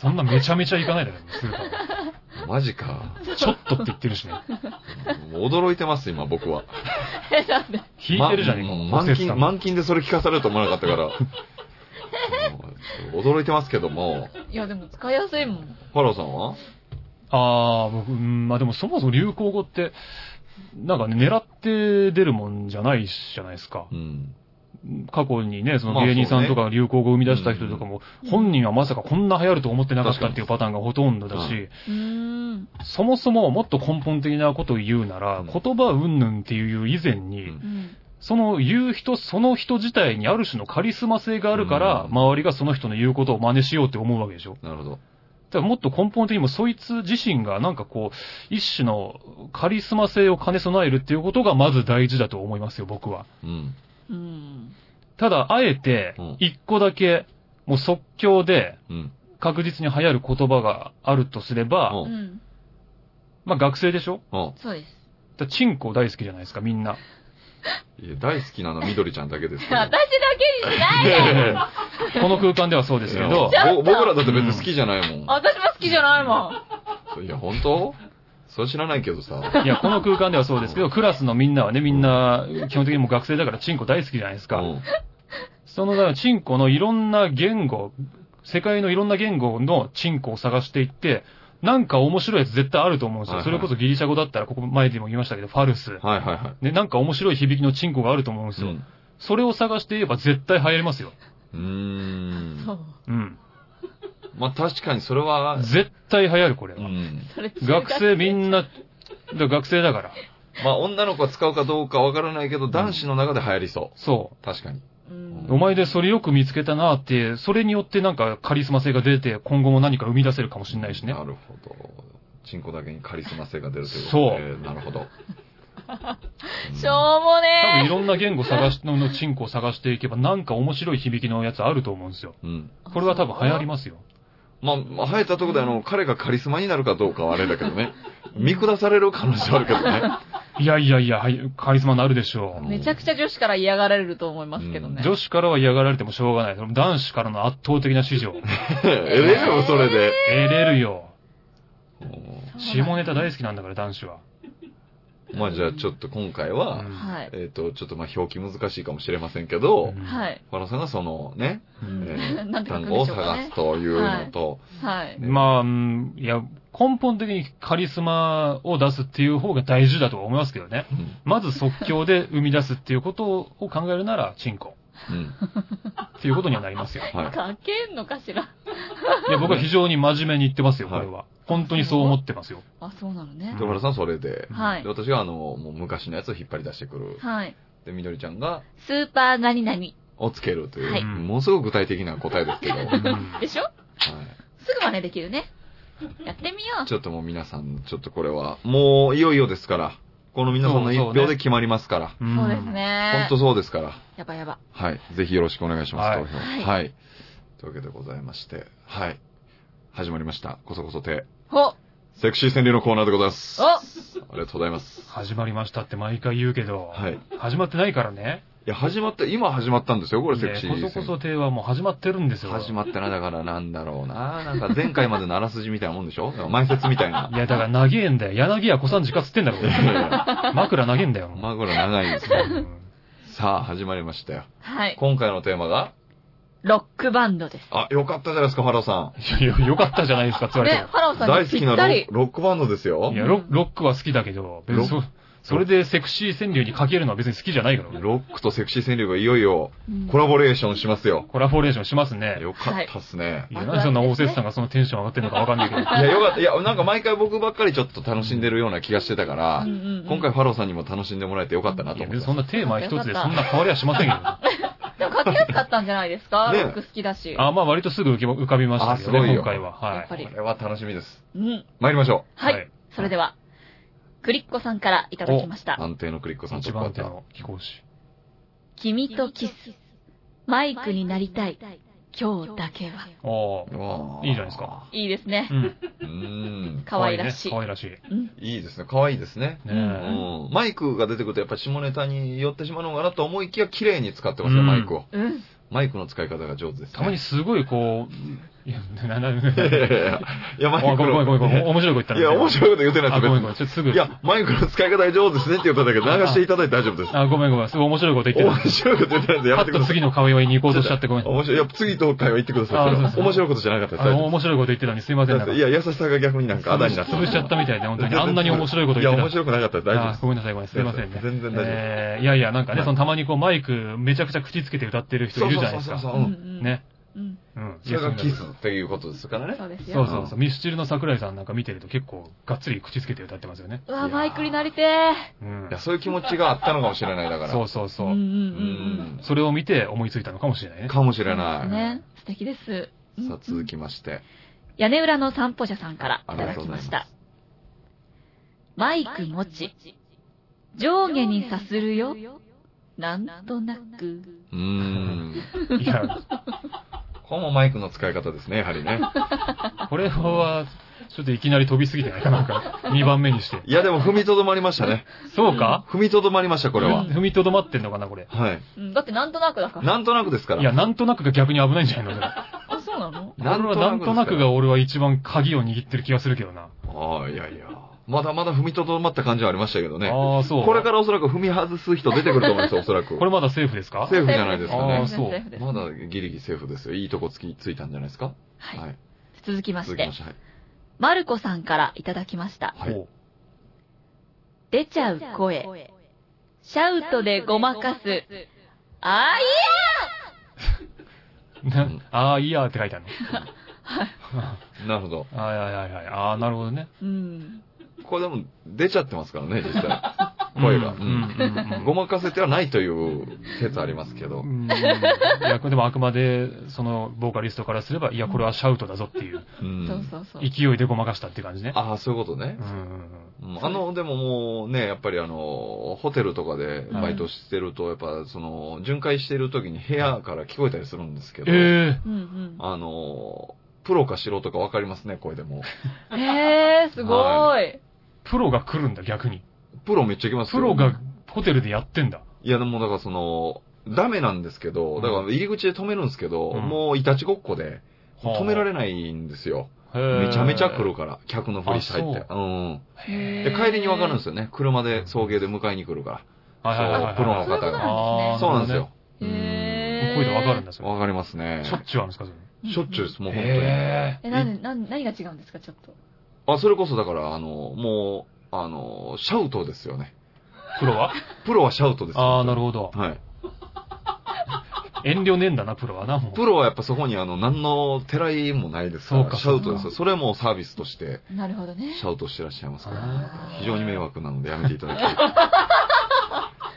A: そんなめちゃめちゃ行かないだろ、スーパーは。
B: マジか。
A: ちょっとって言ってるしね。
B: もう驚いてます、今僕は。
C: え、なんで
A: 引いてるじゃねえか、
B: ま
A: もう
B: 満
A: 節さ
B: 金、
A: ん
B: 満金でそれ聞かされると思わなかったから。うん驚いてますけども、
C: いや、でも使いやすいもん。
B: ファローさんは
A: ああ、僕、うん、まあでもそもそも流行語って、なんかね、狙って出るもんじゃないじゃないですか
B: う。ん。
A: 過去にね、そ
B: ま
A: の
B: あ
A: 芸人さん
B: そ
A: と
B: うね
A: かが流行語を生み出した人とかも、
C: うん
A: 本人はまさかこんな流行ると思ってなかったっていうパターンがほとんどだ
B: 確かに
A: し、
C: うーん。
A: そもそももっと根本的なことを言うなら、
B: うん
A: 言葉云々っていう以前に、
B: うん
C: うん。
A: その言う人その人自体にある種のカリスマ性があるから、
B: うん
A: 周りがその人の言うことを真似しようって思うわけでしょ。
B: なるほど。
A: だからもっと根本的にもそいつ自身がなんかこう、一種のカリスマ性を兼ね備えるっていうことがまず大事だと思いますよ、僕は。
B: うん。
C: うん。
A: ただ、あえて
B: うん、
A: 一個だけ、もう即興で、
B: うん。
A: 確実に流行る言葉があるとすれば、
B: う
C: うんん。
A: まあ学生でしょ
B: うん。
C: そうです。
A: だチンコ大好きじゃないですか、みん な。
B: いや、大好きなのは緑ちゃんだけですけ
C: 私
B: ど。
C: だけにしない
B: いやい
C: で
B: やいや
A: この空間ではそうですけど
C: い、や
B: ぼ僕らだって別に好きじゃないもん。
C: 私も好きじゃないもん。
B: いや、本当それ知らないけどさ。
A: いや、この空間ではそう ですけど、クラスのみんなはね、みんな、基本的にもう学生だからチンコ大好きじゃないです
B: う
A: か。
B: ん
A: その、だからチンコのいろんな言語、世界のいろんな言語のチンコを探していって、なんか面白いやつ絶対あると思うんですよ。
B: はいはい
A: それこそギリシャ語だったら、ここ前でも言いましたけど、ファルス。
B: はいはいは
A: ね、なんか面白い響きのチンコがあると思うんで
B: い。
A: す
B: う
A: よ。
B: ん
A: それを探して言えば絶対流行りますよ。
B: うーん。
C: そう。
A: うん。
B: まあ確かにそれは、
A: 絶対流行る、これ
B: う
A: は。
B: ん。
C: それ
A: 学生み
C: な。
A: んな、だから学生だから。
B: まあ女の子は使うかどうかわからないけど、男子の中で流行りそ。
A: そう
B: 確かに。
C: うん
A: う。お前でそれよく見つけたなって、それによってなんかカリスマ性が出て、今後も何か生み出せるかもしれないしね
B: な。るほど。チンコだけにカリスマ性が出るということ
A: そう
B: えーなるほど。
C: しょうも
A: 多分い
C: ね
A: ろんな言語探しの、のチンコを探していけば、なんか面白い響きのやつあると思うんですよ。
B: うん。
C: え。
A: これは多分流行りますよ。
B: まあ、まあ、生えたところであの、彼がカリスマになるかどうかはあれだけどね。見下される可能性はあるけどね。
A: いやいやいや、はいカリスマになるでしょ
C: めちゃくちゃ女子から嫌がられると思いますけど
A: う。
C: ね。
A: 女子からは嫌がられてもしょうがない。男子からの圧倒的な支持を得
B: えれよ、それで。
A: れるよ。
B: うん
A: 下ネタ大好きなんだから、男子は。
B: まあじゃあちょっと今回
A: う
B: は、
A: ん
C: はい。
B: えっ、と、ちょっとまあ表記難しいかもしれませんけど、
A: うん
C: はい。
B: ファラさんがそのね、
A: う
B: え
A: ん
B: ー
C: なんで書く
B: 単
C: ん
B: 語
C: で
B: を
C: しょうか
B: 探
C: ね
B: す。というのと、
C: はい。
A: まあ、うんいや、根本的にカリスマを出すっていう方が大事だとは思いますけどね。
B: うん
A: まず即興で生み出すっていうことを考えるなら、チンコ
B: うん
A: っていうことにはなりますよ。
B: はい。
C: 書けんのかしら。
A: いや、僕は非常に真面目に言ってますよ、これは。本当にそう思ってますよ。
C: あ、そうなのね
B: で、。ファラさんそれで、
C: はい
B: で、。私があの、もう昔のやつを引っ張り出してくる。
C: はい。
B: で、みどりちゃんが、
C: スーパー何々
B: をつけるという、
C: はい
B: ものすごく具体的な答えです けど、はい
A: うん
C: でしょすぐ真似できるね。やってみよう。
B: ちょっともう皆さん、ちょっとこれは、もういよいよですから、この皆さんの一票で決まりますから、
A: うん
C: そうですね
B: 本。当そうですから、
C: やばいやば。
B: はい。ぜひよろしくお願いします、
A: はい
B: 投票。
C: はい
B: はい。というわけでございまして、はい。始まりました。こそこそ手。
C: ほお
B: セクシー川柳のコーナーでございます。ありがとうございます。
A: 始まりましたって毎回言うけど、
B: はい。い
A: 始まってないからね。
B: や、始まった、今始まったんですよ、これセクシー
A: い
B: 川
A: や
B: 柳。
A: こそこそ亭はもう始まってるんですよ。
B: 始まったな、だからなんだろうな。なんか前回までのあらすじみたいなもんで しょだから前説みたいな。
A: いや、だから長えんだよ。柳家小三治かっつってんだ ろ。枕長えんだよ。
B: まあこれ長いです
A: う
B: ね。
A: ん
B: さあ、始まりましたよ。
C: はい。
B: 今回のテーマが、
C: ロックバンドです。
B: あ、よかったじゃないですか、原さ
A: いや、よかったじゃないですか、つわれて
C: ね
A: も、
C: ハロー
B: ん。
C: さん
B: 大
C: に
B: 好
C: ぴ
B: きな
C: った
B: ロ
C: り。
B: ロックバンドですよ
A: い。やロ、ロックは好きだけど、別にそそれでセクシー川柳にかけるのは別に好きじゃないから、俺
B: ロックとセクシー川柳がいよいよ
C: うん
B: コラボレーションしますよ。
A: コラボレーションしますね。
B: よかったっすね。
A: いや、なんでそんな大節さんがそのテンション上がってるのかわかんないけど。
B: い、や、よかった。いや、なんか毎回僕ばっかりちょっと楽しんでるような気がしてたから
C: うん、うんうん
B: 今回ファローさんにも楽しんでもらえてよかったないと
A: や、
B: 思
A: 別
B: っ
A: に
B: て
A: そん
B: ます。
A: なテーマ一つでそんな変わりはしませんけど。
C: でも書きやすかったんじゃないですか
B: ね
C: ロック好きだし。
A: あ、まあ割とすぐ浮き浮かびましたけど
B: あすご
A: ね、
B: いよ
A: 今回は。は
C: やっぱ
A: い。
C: り
B: こ。れは楽しみです。
C: うん。
B: 参りましょ
C: は
A: はい
C: い。それでは、クリッコさんからいただきまし
B: う。
C: た。
B: 安定のクリックさんと
A: 一
B: こうや
A: 番
B: っ
A: 手
B: た。
A: の飛行士。
C: 君とキス。マイクになりたい。今日だけは。
A: おー
B: わー
A: いいじゃないですか。
C: いいですね。
A: うん。
B: うーん。
C: 可愛らしい
A: 可。愛いね可愛らしい。ね
C: うん。
B: いいですね。可愛いですね。
A: え
C: うん
B: うんマイクが出てくるとやっぱり下ネタに寄ってしまうのかなと思いきや綺麗に使ってますね、
A: うん
B: マイクを。
C: うん。
B: マイクの使い方が上手です、ね。
A: たまにすごいこう、いや、な、な、な、
B: いやいやいや。 いや、マ
A: お
B: イ
A: い
B: ク
A: ごめんごめんごめん ごめん。
B: の。
A: 面白いこと言った
B: いや、面白いこと言ってない
A: あ、
B: です
A: ご
B: よ
A: めんごめ
B: 別
A: ん。
B: に
A: ちょっとすぐ。
B: いや、マイクの使い方が上手ですねって言っただけで流していただいて大丈夫です。
A: あ、ごめんごめん。すごい面白いこと言ってる。
B: 面白いこと言ってないんでや
A: パ
B: め
A: ッ
B: てく
A: と
B: ださい。
A: 次の会話に行こうとしちゃってごめん。
B: 面白い。いや、次と会話言ってくだ
A: あ
B: さいそれ
A: そう
B: は
A: そう。
B: 面白いことじゃなかったです
A: あ
B: 大
A: の、
B: 丈夫
A: 面白いこと言ってたのにすいません。なん
B: で
A: か
B: す。いや、優しさが逆になんかあだになって
A: 潰しちゃったみたいで、本当に。あんなに面白いこと
B: い
A: 言
B: や、
A: ってた
B: 面。白くなかったです。大丈夫
A: あ
B: で
A: ー
B: す
A: ご。めんなさい、ごめんなさい。すいませんね。
B: 全然大丈夫です
A: えーいやいや、なんかね、そのたまにこう、マイクめちゃくちゃ口つけて歌ってる人いるじゃないです
B: そうそう
A: か。
B: そうそう。
C: うん
A: ね。
C: うん。
A: うん。
B: それがキスっていうことですからね
C: そ。うです
A: そう
C: よ。
A: そうそう。ミスチルの桜井さんなんか見てると結構、がっつり口つけて歌ってますよね。
C: うわ、マイクになりてー。
A: うん
B: いや、。そういう気持ちがあったのかもしれない、だから。
A: そうそう
C: う
A: そ
C: んうん
A: う。
C: うん
A: それを見て思いついたのかもしれないね。
B: かもし
C: う
B: れ
C: ん。
B: ない。
C: ね。素敵です。うん
B: さあ、続きまして。
C: 屋根裏の散歩者さんから
B: あ
C: い
B: り
C: た
B: が
C: だ
B: とう
C: き
B: ござ
C: ま
B: い
C: し
B: ま
C: た
B: す。。
C: マイク持ち。上下にさするよ。なんとなく。
B: うーん。
A: いや、
B: これもマイクの使い方ですね、やはりね。
A: これは、ちょっといきなり飛びすぎてないかなん か、2番目にして。
B: いや、でも踏みとどまりましたね。
A: そうか
B: 踏みとどまりました、これは
A: 踏。み踏みとどまってんのかな、これ。
B: はい。
C: うんだってなんとなくだから。
B: なんとなくですから。
A: いや、なんとなくが逆に危ないんじゃないの
C: あ、そうなの
A: 俺はなんとなくが俺は一番鍵を握ってる気がするけどな。
B: ああ、いやいや。まだまだ踏みとどまった感じはありましたけどね。
A: ああ、そう。
B: これからおそらく踏み外す人出てくると思いますよ、おそら く。
A: これまだセーフですか
B: セーフじゃないですか
A: ああ
B: ね。
A: そう
C: セーフです
B: まだギリギリセーフですよ。いいとこつきついたんじゃないですか。
C: はい。続きまし
B: 続き
C: て
B: ま、して。はい
C: マルコさんからいただきました。
B: はい
A: おう
C: 出ち
D: ち
C: ゃ
D: ゃ
C: う
D: う
C: 声
D: 声。。
C: シャ
D: ア
C: ウ
D: ウ
C: ト
D: ト
C: で
D: で
C: ご
D: ご
C: ま
D: ま
C: か
D: か
C: す
D: す。。
C: あ
A: な
B: うん
A: ああ、いいやって書いてあるの。
B: なるほど。
A: ああ、いやいやいやいや、ああ、なるほどね。
C: いうん。
B: これでも出ちゃってますか らね、実際。声が
A: うん
B: う
A: うんうんうん
B: ごまかせてはないという説ありますけど
A: う。んいや、でもあくまで、その、ボーカリストからすれば、いや、これはシャウトだぞって いう、
B: うん
C: そうそうそう。
A: 勢いでごまかしたって感じね。
B: ああ、そういうことね
A: うん。うん
B: うんあの、でももうね、やっぱりあの、ホテルとかでバイトしてると、やっぱその、巡回してる時に部屋から聞こえたりするんですけ
A: うん
B: ど、
A: え
C: うんうん。
B: あの、プロか素人か分かりますね、声でも。
C: えー、すごい。
A: ー、プロが来るんだ、逆に。
B: プロめっちゃいきます
A: プ
B: よ
A: ロがホテルでやってんだ。
B: いや、でもだからその、ダメなんですけど、だから入り口で止めるんですけど、
A: うん
B: もういたちごっこで、
A: はあ
B: 止められないんですよ。
A: へー
B: めちゃめちゃ来るから、客のふりして入って。うん。
A: へ
B: で、帰りに分かるんですよね。車で送迎で迎えに来るか
A: ーはいはいはいはい
B: プロの方が
A: あ
B: ら。
A: ー
B: そうなんですよ。
C: へー。
A: 声でわかるんだ、それ。
B: わかりますね
A: し。ょっちゅうあるんですか、それ。
B: しょっちゅうです、もう本当に。
A: へ
C: え、なんで、なん何が違うんですか、ちょっと。
B: あ、それこそだから、あの、もう、あの、シャウトですよね。
A: ープロは
B: プロはシャウトですよ。
A: ああ、なるほど。
B: はい。
A: 遠慮ねえんだな、プロはな、もう。
B: プロはやっぱそこにあの、何のてらいもないですから、
A: そうか
B: シャウトです
A: そう
B: よ。それもサービスとして、
C: なるほどね
B: シ。ャウトしてらっしゃいますから、
A: あー
B: 非常に迷惑なのでやめていただきた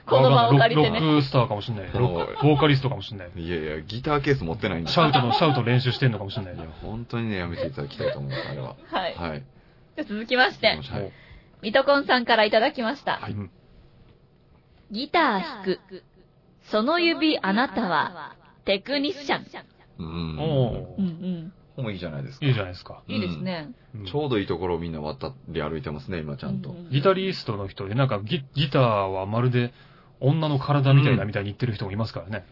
C: この場を借りて
A: ロック
C: ね。
A: ロックスターかもしんない。
B: い。
A: ロ
B: もう
A: ックボーカリストかもしんない。
B: いやいや、ギターケース持ってないんで。
A: シャウトの、シャウト練習してんのかもしんない
B: い
A: よ
B: や、。本当にね、やめていただきたいと思います、あれは。
C: はい。
B: はい。
C: じゃあ続きまして、
B: はい。
C: ミトコンさんからいただきました。
B: はい
A: うん
C: ギター弾く。そ
D: この
C: の指
D: 指
C: あ
D: あ
C: な
D: な
C: た
D: た
C: は
D: は、
C: テク
D: ク
C: ニ
D: ニ
C: シ
D: シ
C: ャ
D: ャ
C: ン
D: ン。。
B: う
A: お
B: ん。
C: うん
A: ー
C: うん。
B: もういいじゃないですか。
A: いいじゃないですか。
C: いいですね。
A: うん
B: ちょうどいいところをみんな渡り歩いてますね、今ちゃんと。
A: ギタリストの人で、なんかギギターはまるで女の体みたいだみたいに言ってる人もいますからね。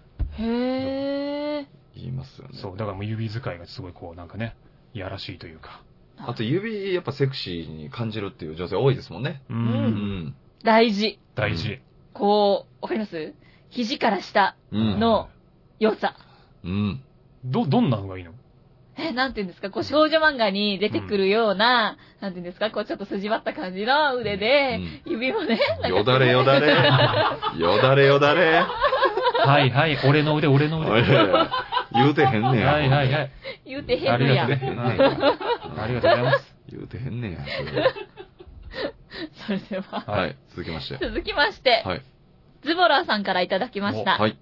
C: へー。
B: 言いますよね。
A: そう、だからもう指使いがすごいこう、なんかね、いやらしいというか。
B: あと指、やっぱセクシーに感じるっていう女性多いですもんね。
A: う。
B: うんん。
C: 大事。
A: 大事。
C: こう、わかります肘から下
B: うん。
C: の良さ。
B: うん。
A: ど、どんなのがいいの
C: え、 なんていうんですか、こう少女漫画に出てくるような、なんていうんですか、こうちょっと筋張った感じの腕で、指もね、なんか
B: よだれよ だれ。よだれよだれ。
A: はいはい、俺の腕、俺の腕。
B: お
A: はいい
B: 言うてへんねや。
A: はいはい。
C: 言うてへ
A: あ
C: んの
A: り
C: や
A: がとう。ね。はいありがとうございます。
B: 言うてへんねや。
C: それでは。
B: は
A: はい。
B: い。続きまして。
C: 続きまして、
B: はい。
C: ズボラさんからいただきました。
B: はい。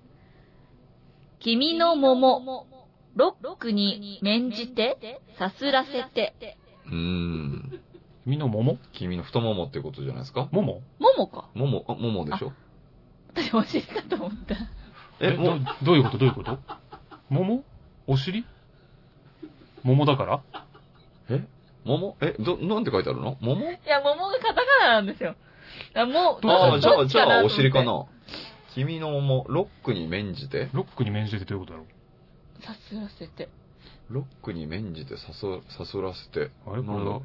C: 君
D: 身
C: の
D: の
C: 桃、
D: 桃、
C: ロッ
D: 僕
C: クに
D: に
C: 免
D: 免
C: じ
D: じ
C: て
D: て、、
C: さす
D: す
C: ら
D: ら
C: せ
D: せ
C: て
D: て。、
B: うーん。
A: 君の桃
B: 君の太ももってことじゃないですか
A: 桃
C: 桃か。
B: もも、あ、ももでしょ
C: 私教えたと思った。
B: え、
A: え、ど
B: も、、
A: どういうことどういうこと桃お尻桃だから
B: ももえ、ど、なんて書いてあるのもも
C: いや、桃がカタカナなんですよ。あもう、
B: あ
A: ど
B: あ、
A: っ
B: じ
A: ち
B: ゃあ、じゃあ、
C: ど
B: お
C: っち
B: 尻
C: と
B: か
C: 思って。
B: な。君のも、ロックに免じて、
A: ロックに免じてどういうことだろ
C: さすらせて。
B: ロックに免じてさそ、さそらせて、
A: うあれこれは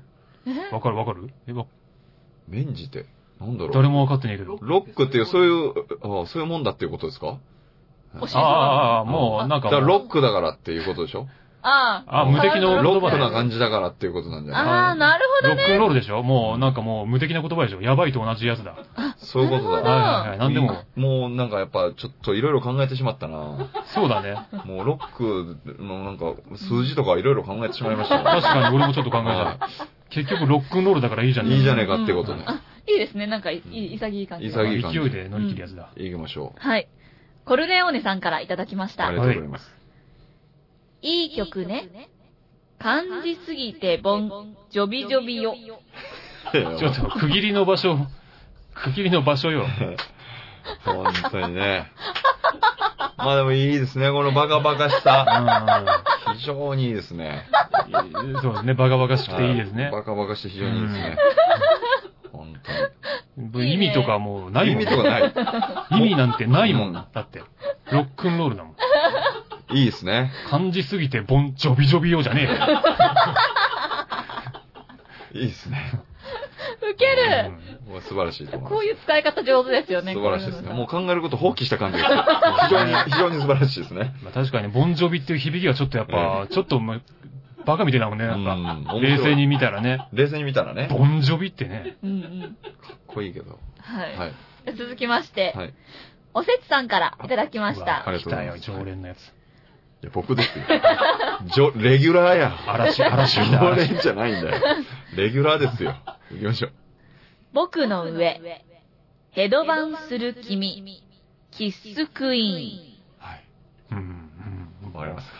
C: え
A: わかるわかるえ、わ
B: 免じて、なんだろう。
A: 誰もわかってねえけど。
B: ロックっていう、そういう、ああそういうもんだっていうことですか
C: お尻
A: ああああ、ああ
C: あ
A: もうなんか
B: だから、ロックだからっていうことでしょ
C: あ
A: あ、無敵の
B: ロ
A: 言
B: ッ
A: 葉だ
B: クな
A: よ。
B: 感じだからっていうことなんじゃない
C: ああ、なるほ
A: ロ
C: ど
A: ックン
C: ね。
A: ロールでしょもうなんかもう無敵な言葉でしょやばいと同じやつだ。は
B: そういうこと
A: い
B: だ。
A: はいはい。なんでも、
B: もうなんかやっぱちょっといろいろ考えてしまったな。
A: そうだね。
B: もうロックのなんか数字とかいろいろ考えてしまいました
A: 確
B: ね。
A: かに俺もちょっと考えた。結局ロックンロールだからいいじゃない
B: いいじゃねえかってことね。
C: いいですね。なんか、いい、潔い感じ。
B: 潔い感じ
A: 勢いで乗り切るやつだ。
B: 行きましょう。
C: はい。コルネオーネさんからいただきまし
B: あ
C: た
B: り。がとうございます。
C: い
D: い
C: い
D: い
C: 曲
D: 曲
C: ね。
D: ね。
C: 感
D: 感
C: じ
D: じ
C: す
D: す
C: ぎ
D: ぎ
C: て
D: て、
C: ボ
D: ボ
C: ン、
D: ン、
C: ジョ
D: ビ
C: ビ
D: ジ
C: ジ
D: ョ
C: ョ
D: ビ
C: ビ
D: よ
C: よ。。
A: ちょっと区切りの場所、区切りの場所 よ。
B: 本当にね。まあでもいいですね、このバカバカした
A: うん
B: 非常にいいですね。
A: そうですね、バカバカしくていいですね。
B: バカバカして非常にいいですね。本
A: 意味とかもう
B: 当
A: な
B: に。
A: い
B: 意
A: もん
B: 味とかない。
A: 意味なんてないも
B: うん
A: ん。だって。ロックンロールだもん。
B: いいですね。
A: 感じすぎてボンジョビジョビよじゃねえよ。
B: いいですね。
C: ウケる、
B: もう素晴らしいと思い
C: こ
B: ま
C: ういう使い方上手ですよ
B: す。
C: ね。
B: 素晴らしいですね。
C: こ
B: も
C: う
B: う考えること放棄した感じです。非常に、非常に素晴らしいですね。
A: まあ確かにボンジョビっていう響きがちょっとやっぱ、ちょっとまバカみたいだもんね、
B: う
A: やっぱ。
B: ん
A: 冷静に。見たらね、
B: 冷静に見たらね。かっ
A: ボンジョビってね。
C: いうのが。うんうん。
B: こいいけど。
C: はい。
B: はい。
C: 続きまして、
B: はい。
C: おせつさんからいただきまし
A: うわ
C: た。
B: ありがとうござい
A: 来
B: ま
A: た
B: す
A: よ、常連のやつ。
B: いや、僕ですよ。じょ、レギュラーや。
A: 嵐、嵐来た。
B: 常
A: 嵐
B: 連じゃないんだよ。レギュラーですよ。行きましょう。
C: 僕の上、ヘドバンする君、キッスクイ
B: はい。
A: うんうん
B: わかりますか。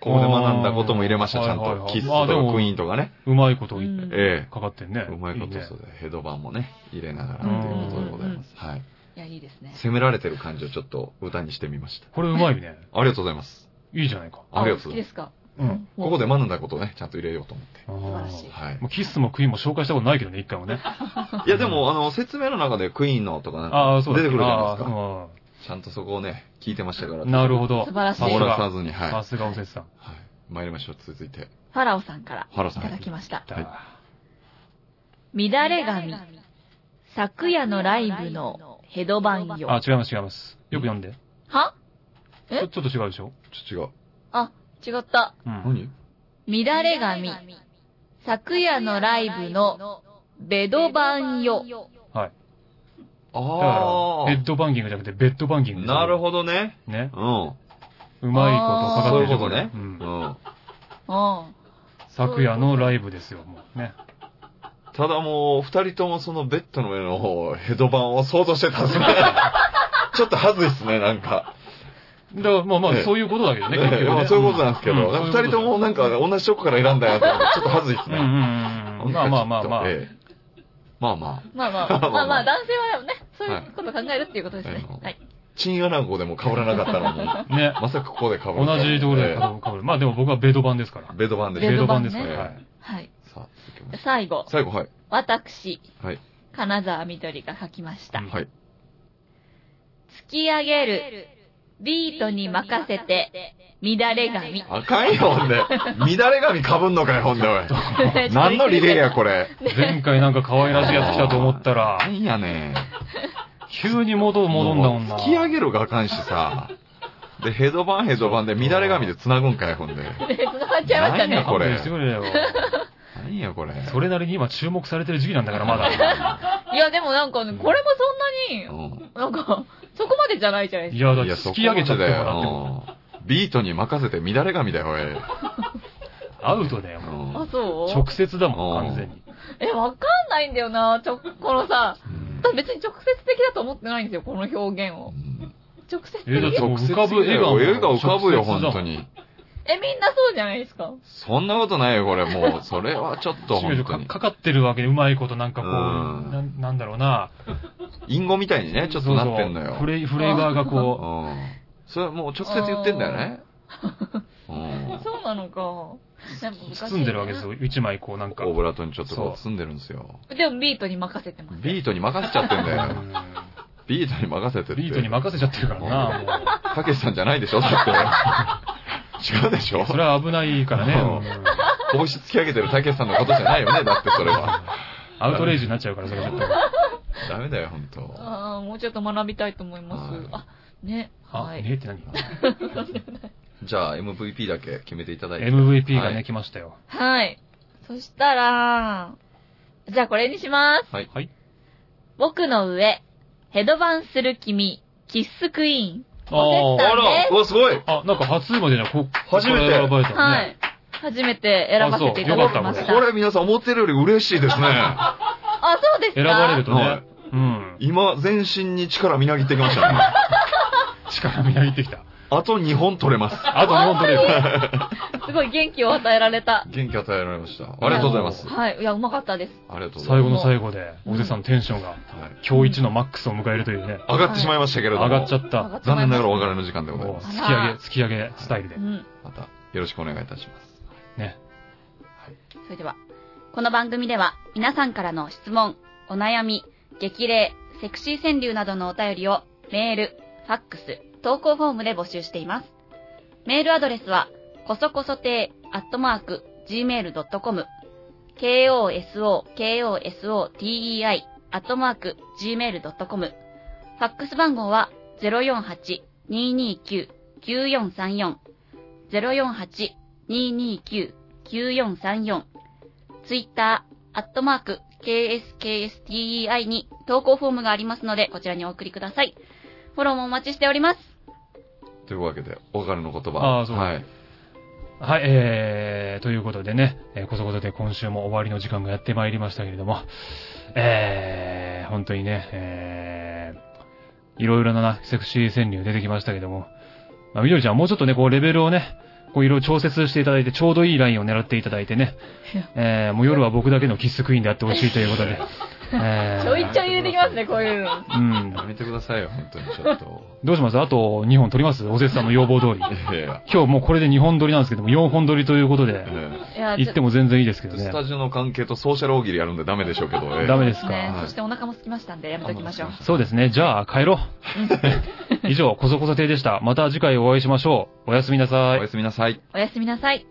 B: ここで学んだことも入れました、ちゃん
A: はいはい
B: と
A: は。い
B: キッスと
A: あでも
B: かクイーンとかね。
A: うまいこと言っ
C: うん
B: え
A: て、かかってんね
B: え。。うまいこと
A: ね
B: そうだよ。ヘドバンもね、入れながらっていうことでございます。はい。
C: ン。いや、いいですね。
B: 責められてる感じをちょっと歌にしてみました。
A: これうまいね。
B: ありがとうございます。
A: いいじゃないか。
B: ありが
C: お
B: とう
C: 好
B: ござ
C: きで
B: います
C: か
A: うん。うん
B: す。ここで学んだことをね、ちゃんと入れようと思って。
C: 素晴らしい
B: はい。
A: もうキスもクイーンも紹介したことないけどね、一回もね。
B: いや、でも、あの、説明の中でクイーンのとかなん
A: ああ、そ
B: か
A: うだ
B: 出てくるじゃないですか。
A: あ
B: ちゃんとそこをね、聞いてましたか
A: あ
B: ら。
A: なるほど。
C: 素晴らしい
A: さす
B: 漏らさ
A: が。
B: ずに、はい。は
A: さす
B: い。
A: がおせつさん。
B: 参りましょう。続いて、
C: ファラオさんから
B: 原
C: い
B: さん。
C: ただきました。
B: はい
C: 乱れ髪、昨夜のライブのヘドバン
A: あ
C: よ。、
A: 違います、違います。よく読んで。
C: は
A: ち
C: え
A: ょちょっと違うでしょ
B: ちょ違う。
C: あ、違った。
A: うん。
B: 何
C: 乱れ髪、昨夜のライブのベドバンよ。
A: はい。だ
B: あ
A: から、ヘッドバンギングじゃなくて、ベッドバンギン
B: あ。
A: グ。
B: なるほどね。
A: ど。ね。
B: うん。
A: うまいことかかってるでしょ
B: そういうことね
A: ん
B: うん。
C: うん。
A: 昨夜のライブですよ、もうね。
B: ただもう、二人ともそのベッドの上のヘドバンを想像してたんで すね。ちょっと恥ずいっすね、なんか。
A: だから、まあま
B: え
A: あ、
B: え
A: そういうことだけどね、結
B: ね
A: 局
B: ま
A: ね
B: あそういうことなんですけど、
A: うん
B: なんか二人ともなんか同じとこから選んだやつ、ちょっと恥ずいっす
A: うん
B: ね。
A: うんうんうん。まあまあまあまあ。
B: ええまあまあ。
C: ま あまあ、まあまあ、男性はね、そうい
B: はいう
C: ことを考えるっていうことですね。
B: はい
C: はい。
B: チンアナゴでも被らなかったのに、
A: ね。
B: まさかここで被る。
A: 同じところで
B: ええ
A: 被る。まあでも僕はベド版ですから。
B: ベッドバンで
A: ベ
C: ベ
A: ド
C: ド
A: 版
C: 版
A: で
C: ね
A: すから。はい
C: はい。
B: さあ、続きまして
C: 最後、
B: 最後、はい。
C: 私、
B: はい。
C: 金沢みどりが書きました。
A: うん
B: はい。
C: 突き上げる、ビートに任せて、乱れ髪。
B: あかんよ、ほんで。乱れ髪被んのかよ、ほんで、おい。 何のリレーや、これ。
A: 前回なんか可愛らしいやつ来たと思った
B: な
A: ら、
B: んやねん。
A: 急に戻戻んだもん
B: も
A: な。
B: う突き上げるがあかんしさ。 で、ヘドバンヘドバンで乱れ髪で繋ぐんかい、ほんで。
C: れ。繋がっちゃいました
B: 何や
C: ね。
B: これ
A: 勘弁してくれよ。
B: 何や、これ。
A: それなりに今注目されてる時期なんだから、まだ。
B: だ。
C: いや、でもなんかね、これもそんな
B: う
C: に、
B: ん。
C: なんか、そこまでじゃないじゃないで
A: い
C: すか。
A: や、だっ
B: い
A: て
B: や、そ
A: 突
B: こ
A: き上
B: ま
A: げ
B: で
A: ちゃった
B: だ
A: からってこ
B: よ。うんビートに任せて乱れ髪だよ、おい。う
A: と。アウトだよ。
B: ん
C: あ、そう
A: 直接だもん、完全に。
C: え、わかんないんだよな、ちょ、このさ、
B: うん
C: 私別に直接的だと思ってないんですよ、この表現を。直接的
A: えだってもう浮かぶ
B: だ
A: 絵が
B: よ
A: もう
B: 絵が浮かぶよ、
A: 直接だもん
B: 本当に。
C: え、みんなそうじゃないですか。
B: そんなことないよ、これ。もう、それはちょっと、
A: しめじょ
B: 本
A: か
B: 当に。
A: かかってるわけで、うまいことなんかこう、
B: うん
A: ななんだろうな。
B: 隠語みたいにね、ちょっとなってんの
A: そう
B: よ
A: そう。フレフレーバーが
B: う
A: こ
B: ん。それはもう直接言ってんだよね。うん。
C: そうなのか。なんか
A: う、
C: 難しいな
A: 包んでるわけですよ。一枚こうなんか。
B: オブラートにちょっと
A: そ
B: こ
A: う
B: う包んでるんですよ。
C: でもビートに任せてます。
B: ビートに任せちゃってんだよ。ビートに任せてって。
A: ビートに任せちゃってるからな、
B: たけしさんじゃないでしょだって。違うでしょ
A: もう。それは危ないからね。
B: うん
A: うん
B: 帽子突き上げてるたけしさんのことじゃないよね。だってそ れは。
A: アウトレイジになっちゃうから、それちょっと。
B: ダメだよ、ほんと。
C: ああ、もうちょっと学びたいと思います。
B: は
C: あ、ね。
A: あ、
C: は
A: ねえ
C: い。
A: って何
B: じゃあ MVP だけ決めていただいて。
A: ?MVP が
B: は
A: ね、
B: い
A: 来ましたよ。
C: はい。そしたら、じゃあこれにします。
A: はい。
C: 僕の上、ヘドバンする君、キッスクイーン。お
A: あ
C: 手
B: あら、うわ、すごい
A: あ、あ、なんか初までじゃ、こ
B: 初めて
A: ここから選ばれたのね。
C: はい。初めて選ばせていただきまし
A: あ
C: た。
B: これ皆さん思ってるより嬉しいですね。
C: あ、そうですか
A: 選ばれると
B: は
A: ね
B: い。
A: うん。
B: 今、全身に力みなぎってきましたね。
A: 力みなぎってきた。
B: あと2本取れます。
A: あと2本取れる。
C: すごい元気を与えられた。
B: 元気与えられました。ありがとうございます。
C: はい。いや、うまかったです。
B: ありがとうござい
A: 最
B: ま
A: 後の最後で、
C: うん
A: おじさんのテンションが、
B: す。はい
A: 今日一のマックスを迎えるというね、
B: 上がってしまいましたけれども。
A: 上がっちゃ
B: っ
A: った、
B: 残念ながらお
C: わ
B: 別れの時間でござい
A: もう
B: ます。
A: 突き上げ、突き上げスタイルで
C: う。ん。
B: また。よろしくお願いいたします。
A: ね。
B: はい。
D: それでは、この番組では皆さんからの質問、お悩み、激励、セクシー川柳などのお便りをメール、ファックス、投稿フォームで募集しています。メールアドレスは、こそこそ亭アットマーク、gmail.com、koso, koso, tei, アットマーク、gmail.com、ファックス番号は、048-229-9434、048-229-9434、9434ツイッター、アットマーク、KSKSTEI に投稿フォームがありますので、こちらにお送りください。フォローもお待ちしております。
B: というわけで、お別れの言葉。
A: あーそう
B: はい。
A: はい、えー、ということでね、えー、こそこそで今週も終わりの時間がやってまいりましたけれども、えー、本当にね、えー、いろいろななセクシー川柳出てきましたけども、まあ、みどりちゃんもうちょっとね、こうレベルをね、こういろいろ調節していただいて、ちょうどいいラインを狙っていただいてね、えー、もう夜は僕だけのキッスクイーンであってほしいということで、え
C: ちょ
A: ー、
C: いちょい入れてきますね、こういう
A: う
C: の。
A: ん、
B: やめてくださいよ、本当にちょ っと。
A: どうしますあと2本撮りますおせつさんの要望通り。
B: いやいや。
A: 今日もうこれで2本撮りなんですけども、4本撮りということで
B: え、ー
C: いや、
A: 言っても全然いいですけどね
B: ス。タジオの関係とソーシャル大喜利やるんでダメでしょうけど、えー
A: ダメです
D: ね
A: か。
B: はい
D: そしてお腹も空きましたんで、やめときましょう。
A: そうですね。じゃあ、帰ろう。 以上、こそこそ亭でした。また次回お会いしましょう。おやすみな
B: お
A: さい
B: や。すみなさい。
D: おやすみなさい。